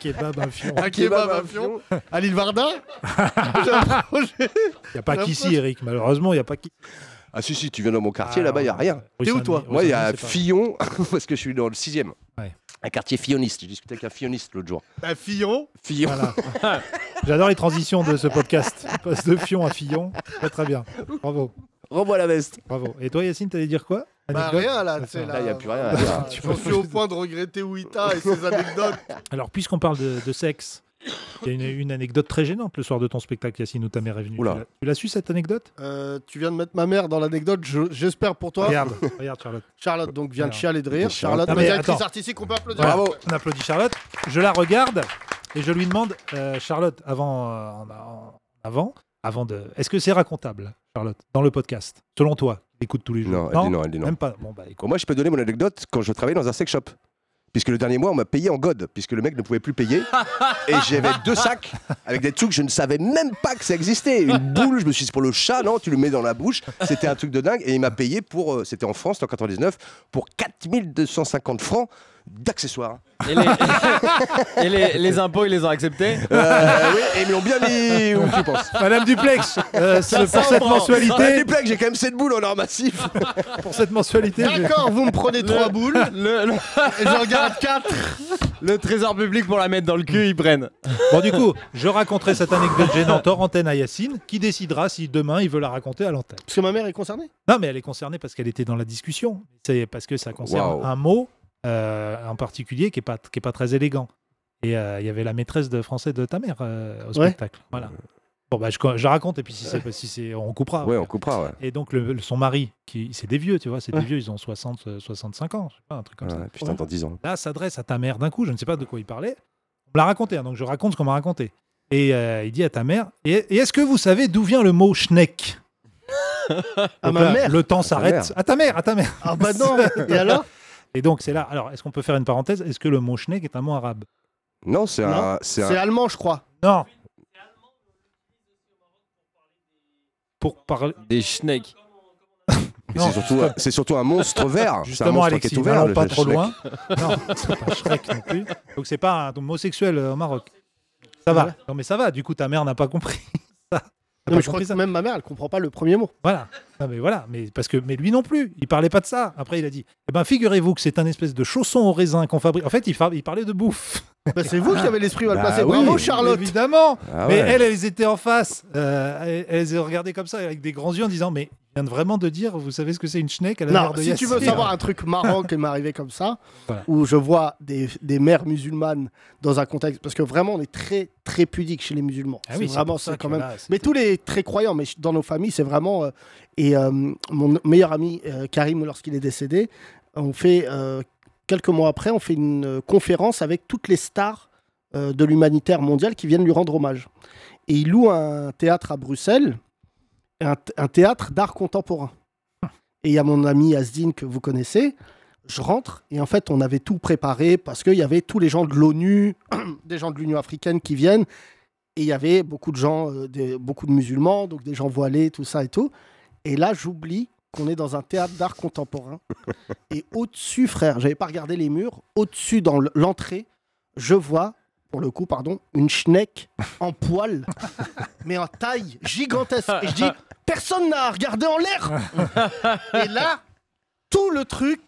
Kebab, un fion.
Un kebab, un fion. À l'île Varda J'ai un projet.
Il n'y a pas qu'ici, Eric. Malheureusement, il n'y a pas qu'ici.
Ah si, si, tu viens dans mon quartier, là-bas, il n'y a rien.
T'es où, toi
Moi, il y a
fille.
Fillon, parce que je suis dans le 6
Ouais.
Un quartier filloniste. J'ai discuté avec un filloniste l'autre jour.
Un Bah, fillon.
Fillon.
J'adore les transitions de ce podcast. On passe de fion à fillon. Très, très bien. Bravo.
Renvoie la veste.
Bravo. Et toi, Yacine, t'allais dire quoi
Bah
Anecdote Ah,
rien là, tu sais,
Là, y a plus rien à
voilà,
dire.
Tu
J'en suis au point de regretter Wita et ses anecdotes.
Alors, puisqu'on parle de, de sexe, il y a une, une anecdote très gênante le soir de ton spectacle, Yacine, où ta mère est venue.
Oula.
Tu l'as- Tu l'as su, cette anecdote
Euh, tu viens de mettre ma mère dans l'anecdote, je- j'espère pour toi.
Regarde, regarde, Charlotte.
Charlotte donc vient de
Alors,
chialer de rire. Charlotte,
Non,
la
mais
directrice
attends.
artistique, on peut applaudir.
Voilà.
Bravo.
On applaudit Charlotte. Je la regarde et je lui demande, euh, Charlotte, avant, euh, en- en- avant, avant de, est-ce que c'est racontable, Charlotte, dans le podcast, selon toi, écoute tous les jours
Non, elle dit non, elle dit non.
Même pas. Bon bah écoute.
Quoi, Moi, je peux donner mon anecdote quand je travaillais dans un sex shop. Puisque le dernier mois, on m'a payé en god, puisque le mec ne pouvait plus payer. Et j'avais deux sacs avec des trucs que je ne savais même pas que ça existait. Une boule, je me suis dit, c'est pour le chat, non, tu le mets dans la bouche. C'était un truc de dingue. Et il m'a payé pour, euh, c'était en France, c'était en 99, pour 4250 francs d'accessoires.
Et, les... et les, les impôts, ils les ont acceptés
Euh, oui, et ils me l'ont bien mis où tu penses.
Madame Duplex, euh, c'est pour cette
Ouais,
mensualité,
les plaques, j'ai quand même 7 boules en or massif.
pour cette mensualité, je-
D'accord, vous me prenez trois boules
le, le,
et j'en garde quatre.
le trésor public pour la mettre dans le cul, ils prennent.
Bon, du coup, je raconterai cette anecdote gênante hors antenne à Yacine, qui décidera si demain il veut la raconter à l'antenne.
Parce que ma mère est concernée.
Non, mais elle est concernée parce qu'elle était dans la discussion. C'est parce que ça concerne
Waouh.
un mot euh, en particulier qui est pas, qui est pas très élégant. Et euh, il y avait la maîtresse de français de ta mère euh, au spectacle. Voilà. Bon, bah, je, je la raconte et puis si c'est, si c'est, on coupera.
Ouais, on coupera, ouais.
Et donc, le- le- son mari, qui, c'est des vieux, tu vois, c'est des vieux, ils ont 60, euh, 65 ans, je sais pas, un truc comme ça.
Ouais, putain, dans 10 ans.
Là, s'adresse à ta mère d'un coup, je ne sais pas de quoi il parlait. On me l'a raconté, hein, donc je raconte ce qu'on m'a raconté. Et euh, il dit à ta mère Et, et est-ce que vous savez d'où vient le mot schneck
À
Donc
ma
là,
mère.
Le temps
ta
s'arrête.
mère.
À ta mère, à ta mère.
Ah bah non. Et alors
Et donc, c'est là. Alors, est-ce qu'on peut faire une parenthèse Est-ce que le mot schneck est un mot arabe
Non, c'est
Non,
un. C'est
C'est
un.
allemand, je crois.
Non Pour parler.
Ah,
Des schnecks.
mais
non.
C'est surtout, un- c'est surtout un monstre vert. C'est un
Justement,
monstre
Alexis,
qui est tout vert.
n'allons
le-
pas
le
trop
Schneck.
loin. Non, c'est pas Shrek non plus. Donc, c'est pas un homosexuel euh, au Maroc. Ça va. Non, mais ça va. Du coup, ta mère n'a pas compris ça. N'a
Non,
pas
mais je crois
compris
que
ça.
même ma mère, elle comprend pas le premier mot.
Voilà. Non, mais voilà. Mais parce que, mais lui non plus. Il parlait pas de ça. Après, il a dit. Eh ben, figurez-vous que c'est un espèce de chausson au raisin qu'on fabrique. En fait, il, fa- il parlait de bouffe.
Bah, c'est vous qui avez l'esprit mal
Bah
placé.
oui.
Bravo, Charlotte.
Évidemment.
Ah
mais
ouais.
elles, elles étaient en face. Euh, elles, elles les regardaient comme ça avec des grands yeux en disant mais viens de vraiment de dire, vous savez ce que c'est une schneck à la
Non,
mère de
si tu veux
Yassine.
savoir un truc marrant qui m'est arrivé comme ça,
Voilà.
où je vois des, des mères musulmanes dans un contexte, parce que vraiment on est très très pudique chez les musulmans.
Ah
c'est
oui, c'est
vraiment
pour ça
ça
que
quand même.
là,
mais tous les très croyants, mais dans nos familles, c'est vraiment. euh, et euh, mon meilleur ami euh, Karim, lorsqu'il est décédé, on fait euh, quelques mois après, on fait une euh, conférence avec toutes les stars euh, de l'humanitaire mondial qui viennent lui rendre hommage. Et il loue un théâtre à Bruxelles, un, th- un théâtre d'art contemporain. Et il y a mon ami Asdine que vous connaissez. Je rentre et en fait, on avait tout préparé parce qu'il y avait tous les gens de l'ONU, des gens de l'Union africaine qui viennent. Et il y avait beaucoup de gens, euh, des- beaucoup de musulmans, donc des gens voilés, tout ça et tout. Et là, j'oublie qu'on est dans un théâtre d'art contemporain. Et au-dessus, frère, j'avais pas regardé les murs, au-dessus, dans l- l'entrée, je vois, pour le coup, pardon, une schneck en poil, mais en taille gigantesque. Et je dis, personne n'a regardé en l'air Et là, tout le truc,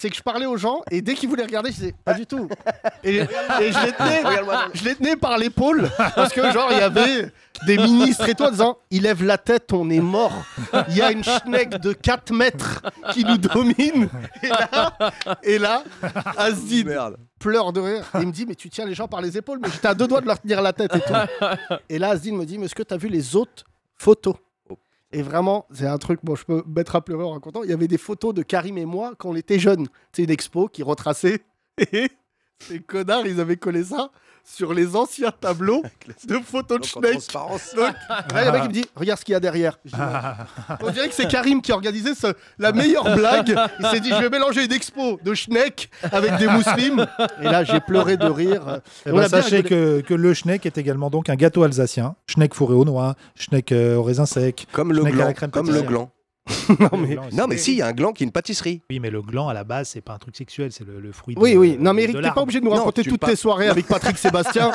c'est que je parlais aux gens, et dès qu'ils voulaient regarder, je disais, pas du tout. Et, et je, les tenais, je les tenais par l'épaule, parce que, genre, il y avait des ministres et tout, en disant, il lève la tête, on est mort. Il y a une schneck de 4 mètres qui nous domine. Et là, et là Asdine pleure de rire. Et il me dit, mais tu tiens les gens par les épaules, mais j'étais à deux doigts de leur tenir la tête et tout. Et là, Asdine me dit, mais est-ce que tu as vu les autres photos
Oh.
et vraiment, c'est un truc, bon, je peux me mettre à pleurer en racontant. Il y avait des photos de Karim et moi quand on était jeunes. C'est une expo qui retraçait. Et ces connards, ils avaient collé ça sur les anciens tableaux de photos de
Donc, en
Schneck.
transparence.
Donc, Ah. là, il y en a qui me dit Regarde ce qu'il y a derrière. Je dis, Ouais. On dirait que c'est Karim qui a organisé ce- la meilleure blague. Il s'est dit Je vais mélanger une expo de Schneck avec des musulmans. Et là, j'ai pleuré de rire.
Eh
On
ben,
a bien
sachez
rigolé.
que, que le schneck est également donc un gâteau alsacien. Schneck fourré au noix, schneck euh, au raisin sec.
Comme le
schneck à la
gland.
crème
Comme le
pâtissière.
gland.
Le gland, c'est-
Non, mais si, il y a un gland qui est une pâtisserie.
Oui, mais le gland à la base, c'est pas un truc sexuel, c'est le, le fruit.
Oui,
de-
oui. Non,
de
mais Eric, t'es
l'arbre.
pas obligé de nous
Non,
raconter
tu
toutes
parles-
tes soirées avec Patrick Sébastien,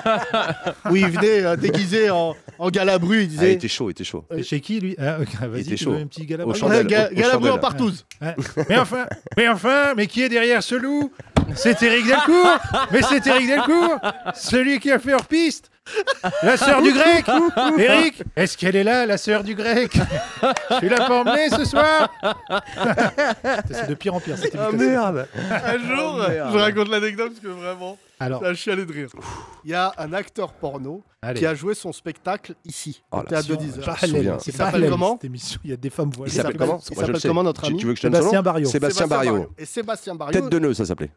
où il venait euh, déguisé en, en galabru. Il
Ah, il
disait
était chaud, il était chaud.
C'est chez qui lui Ah, ok, Vas-y,
était
tu
chaud.
veux un petit galabru
Au
Ouais,
chandelle,
ga-
au- au
galabru en
chandelle.
partouze.
Ouais. Mais enfin, mais enfin, mais qui est derrière ce loup C'est Éric Delcourt Mais c'est Éric Delcourt Celui qui a fait hors piste La sœur du grec Éric Est-ce qu'elle est là, la sœur du grec Tu l'as pas emmenée ce soir Ah, C'est de pire en pire. cette imitation.
Un jour,
Ah,
je raconte l'anecdote parce que vraiment,
Alors,
ça chialé de rire. Il y a un acteur porno
allez.
qui a joué son spectacle ici,
Oh
au
la
théâtre de
Attention,
10
Parallèle,
souviens.
c'est
Il s'appelle
parallèle,
comment
cette émission, Il y a des femmes
Il
voilées.
s'appelle comment
il
Moi, je le
s'appelle
sais.
comment, notre
Tu-
ami
Tu veux que je te donne son
Sébastien
nom
Barrio.
Sébastien Barrio.
Et Sébastien Barrio,
Tête de nœud, ça s'appelait.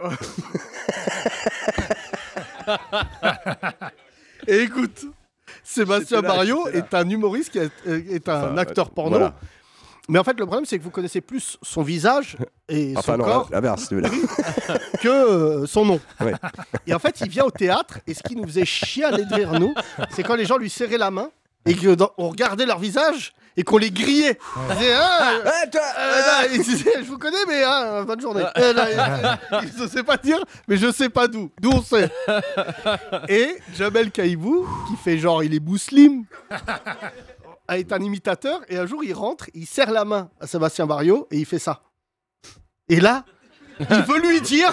Et écoute, Sébastien
J'étais là,
Barrio
j'étais là.
est un humoriste qui est, euh, est un
Enfin,
acteur porno.
voilà.
Mais en fait, le problème, c'est que vous connaissez plus son visage et
Enfin,
son
non,
corps
la- l'inverse. tu veux dire.
que euh, son nom.
Ouais.
Et en fait, il vient au théâtre et ce qui nous faisait chialer de rire, nous, c'est quand les gens lui serraient la main et qu'on regardait leur visage et qu'on les grillait. Ils disaient, Ah, euh,
Ah, toi,
euh,
ah,
là, ils disaient, je vous connais, mais hein, bonne journée. Euh, là, ils- ils ne sait pas dire, mais je sais pas d'où. D'où on sait. Et Jamel Kaibou, qui fait genre, il est mousseline, est un imitateur. Et un jour, il rentre, il serre la main à Sébastien Barrio et il fait ça. Et là, il veut lui dire,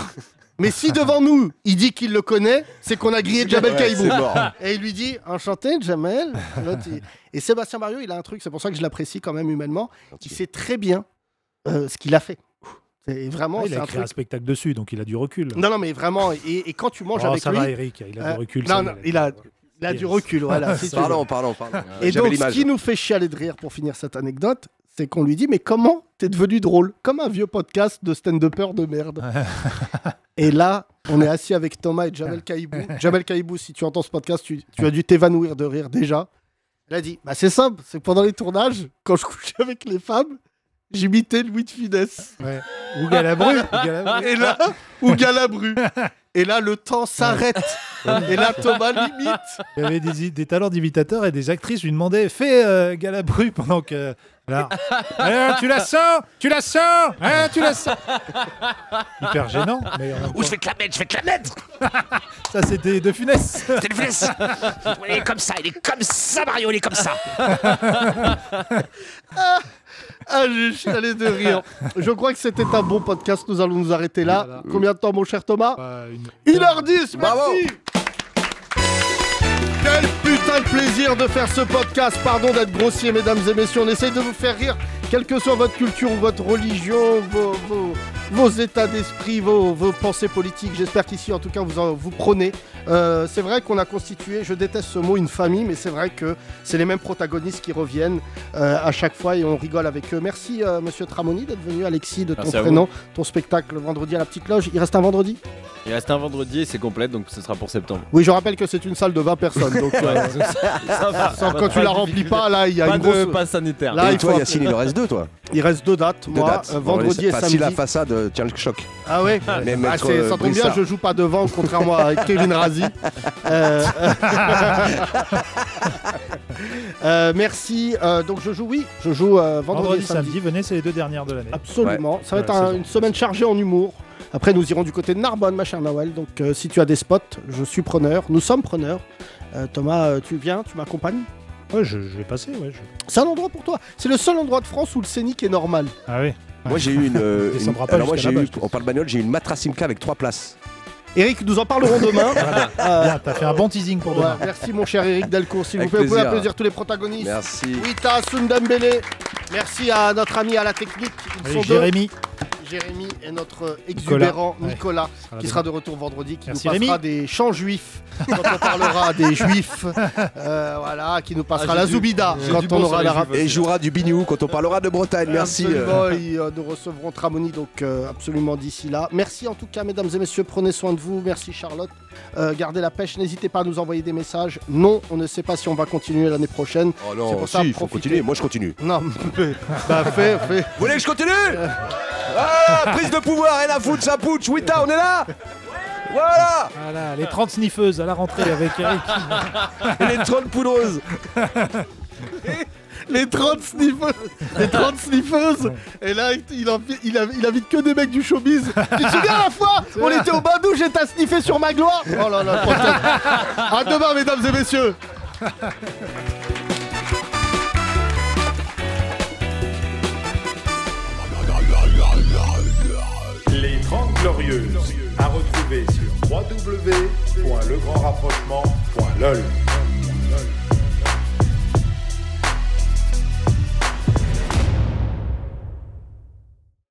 mais si devant nous, il dit qu'il le connaît, c'est qu'on a grillé Jamel
Ouais,
Kaibou.
c'est mort.
Et il lui dit Enchanté, Jamel. L'autre, il- Et Sébastien Barrio, il a un truc, c'est pour ça que je l'apprécie quand même humainement. Il sait très bien euh, ce qu'il a fait. C'est vraiment,
Ah, Il
c'est
a
un
écrit un
truc.
spectacle dessus, donc il a du recul.
Non, non, mais vraiment, et, et quand tu manges
Oh,
avec
ça
lui,
va, Eric, il a
euh,
du recul. ça,
non, non, il a, il a du
Yes.
recul, voilà. si tu veux.
Parlons, parlons, parlons.
et donc,
J'avais
ce
l'image.
qui nous fait chialer de rire pour finir cette anecdote, c'est qu'on lui dit Mais comment t'es devenu drôle Comme un vieux podcast de stand-upper de merde. et là, on est assis avec Thomas et Jamel Kaibou. Jamel Kaibou, si tu entends ce podcast, tu, tu as dû t'évanouir de rire déjà. Elle a dit Bah, c'est simple, c'est pendant les tournages, quand je couchais avec les femmes, j'imitais Louis de Finesse.
Ouais. Ou Galabru, ou Galabru.
Et là, ou Galabru. Et là, le temps s'arrête. Et là, Thomas limite.
Il y avait des, i- des talents d'imitateur et des actrices lui demandaient Fais euh, Galabru pendant que. Alors, Alors, tu la sens Tu la sens Hein, Tu la sens Hyper gênant. Mais en même
Ou je
temps,
vais te la mettre, je vais te la mettre
Ça, c'était de funeste.
C'est le fils Il est comme ça, il est comme ça, Mario, il est comme ça
Ah, je suis allé de rire. Je crois que c'était un bon podcast. Nous allons nous arrêter là.
Voilà. Bah,
Combien de temps, mon cher Thomas
Euh, une-
1h10, merci
Bravo.
Quel putain le plaisir de faire ce podcast. Pardon d'être grossier, mesdames et messieurs. On essaye de vous faire rire, quelle que soit votre culture ou votre religion, vos, vos- vos états d'esprit, vos, vos pensées politiques. J'espère qu'ici, en tout cas, vous, en- vous prenez. Euh, c'est vrai qu'on a constitué, je déteste ce mot, une famille, mais c'est vrai que c'est les mêmes protagonistes qui reviennent euh, à chaque fois et on rigole avec eux. Merci, euh, monsieur Tramoni, d'être venu. Alexis, de ton
Merci à vous.
prénom, ton spectacle vendredi à la petite loge. Il reste un vendredi
Il reste un vendredi et c'est complète, donc ce sera pour septembre.
oui, je rappelle que c'est une salle de 20 personnes. Donc, euh,
Ça va.
sans- quand tu la remplis pas, là, il y a
Pas
une
de
grosse.
passe sanitaire.
Là,
et
il
toi,
faut-
Yacine, il en reste deux, toi
Il reste deux dates,
Deux
moi,
dates.
euh, vendredi et
Enfin, Si la
samedi.
façade euh, tient le choc.
Ah ouais
Mais
Ah,
maître,
c'est- Ça
euh,
tombe bien,
Brissard.
je joue pas devant, contrairement à Kevin Razi. Euh, euh, merci. Euh, donc je joue, oui, je joue euh, vendredi,
Vendredi,
et samedi.
samedi, venez, c'est les deux dernières de l'année.
Absolument. Ça
Ouais,
va être un-
saison.
une semaine chargée en humour. Après, nous irons du côté de Narbonne, ma chère Nawel. Donc, euh, si tu as des spots, je suis preneur. Nous sommes preneurs. Euh, Thomas, euh, tu viens, tu m'accompagnes
Ouais, je, je vais passer, ouais. je-
C'est un endroit pour toi. C'est le seul endroit de France où le scénic est normal.
Ah oui.
Moi, j'ai eu une. euh,
Il
une-
descendra pas
Alors, moi, j'ai
jusqu'à
eu.
là-bas,
On parle bagnole, j'ai eu une Matrasimka avec trois places.
Eric, nous en parlerons demain. Euh,
Bien, t'as fait un bon teasing pour
ouais,
demain.
merci, mon cher Eric Delcourt. S'il vous
Avec
plaît, vous pouvez
plaisir.
applaudir tous les protagonistes.
Merci.
Wita, Sundembele. Merci à notre ami à la technique. Ils
Allez,
sont deux.
Jérémy.
Jérémy et notre exubérant
Nicolas.
Nicolas,
sera
qui
demain.
sera de retour vendredi, qui
Merci,
nous passera
Rémi.
des chants juifs quand on parlera des juifs. Euh, voilà, qui nous passera
Ah, j'ai
la
du-
Zoubida
j'ai du
quand
bon
on
sur
aura
les
la
juifs.
rap-
Et il jouera du bignou quand on parlera de Bretagne. Merci. euh.
Absolument, et, euh, nous recevrons Tramoni donc euh, absolument d'ici là. Merci en tout cas mesdames et messieurs, prenez soin de vous. Merci Charlotte. Euh, gardez la pêche, n'hésitez pas à nous envoyer des messages. Non, on ne sait pas si on va continuer l'année prochaine.
Oh
C'est
non,
pour
si,
ça,
il faut
profitez.
continuer. Moi, je continue.
Non, mais- bah fais, fais.
Vous voulez que je continue Ah, Prise de pouvoir, et la foot, ça putsch. Wita, on est là Voilà
Voilà, les 30 sniffeuses à la rentrée avec Eric.
Et les 30 poudreuses
Les 30 sniffeuses Les 30 sniffeuses Et là, il, invi- il invi- il invite que des mecs du showbiz. tu te souviens la fois On était au bain douche et t'as sniffé sur ma gloire Oh là là, podcast. À demain, mesdames et messieurs
Les 30 Glorieuses, à retrouver sur www.legrandrapprochement.lol.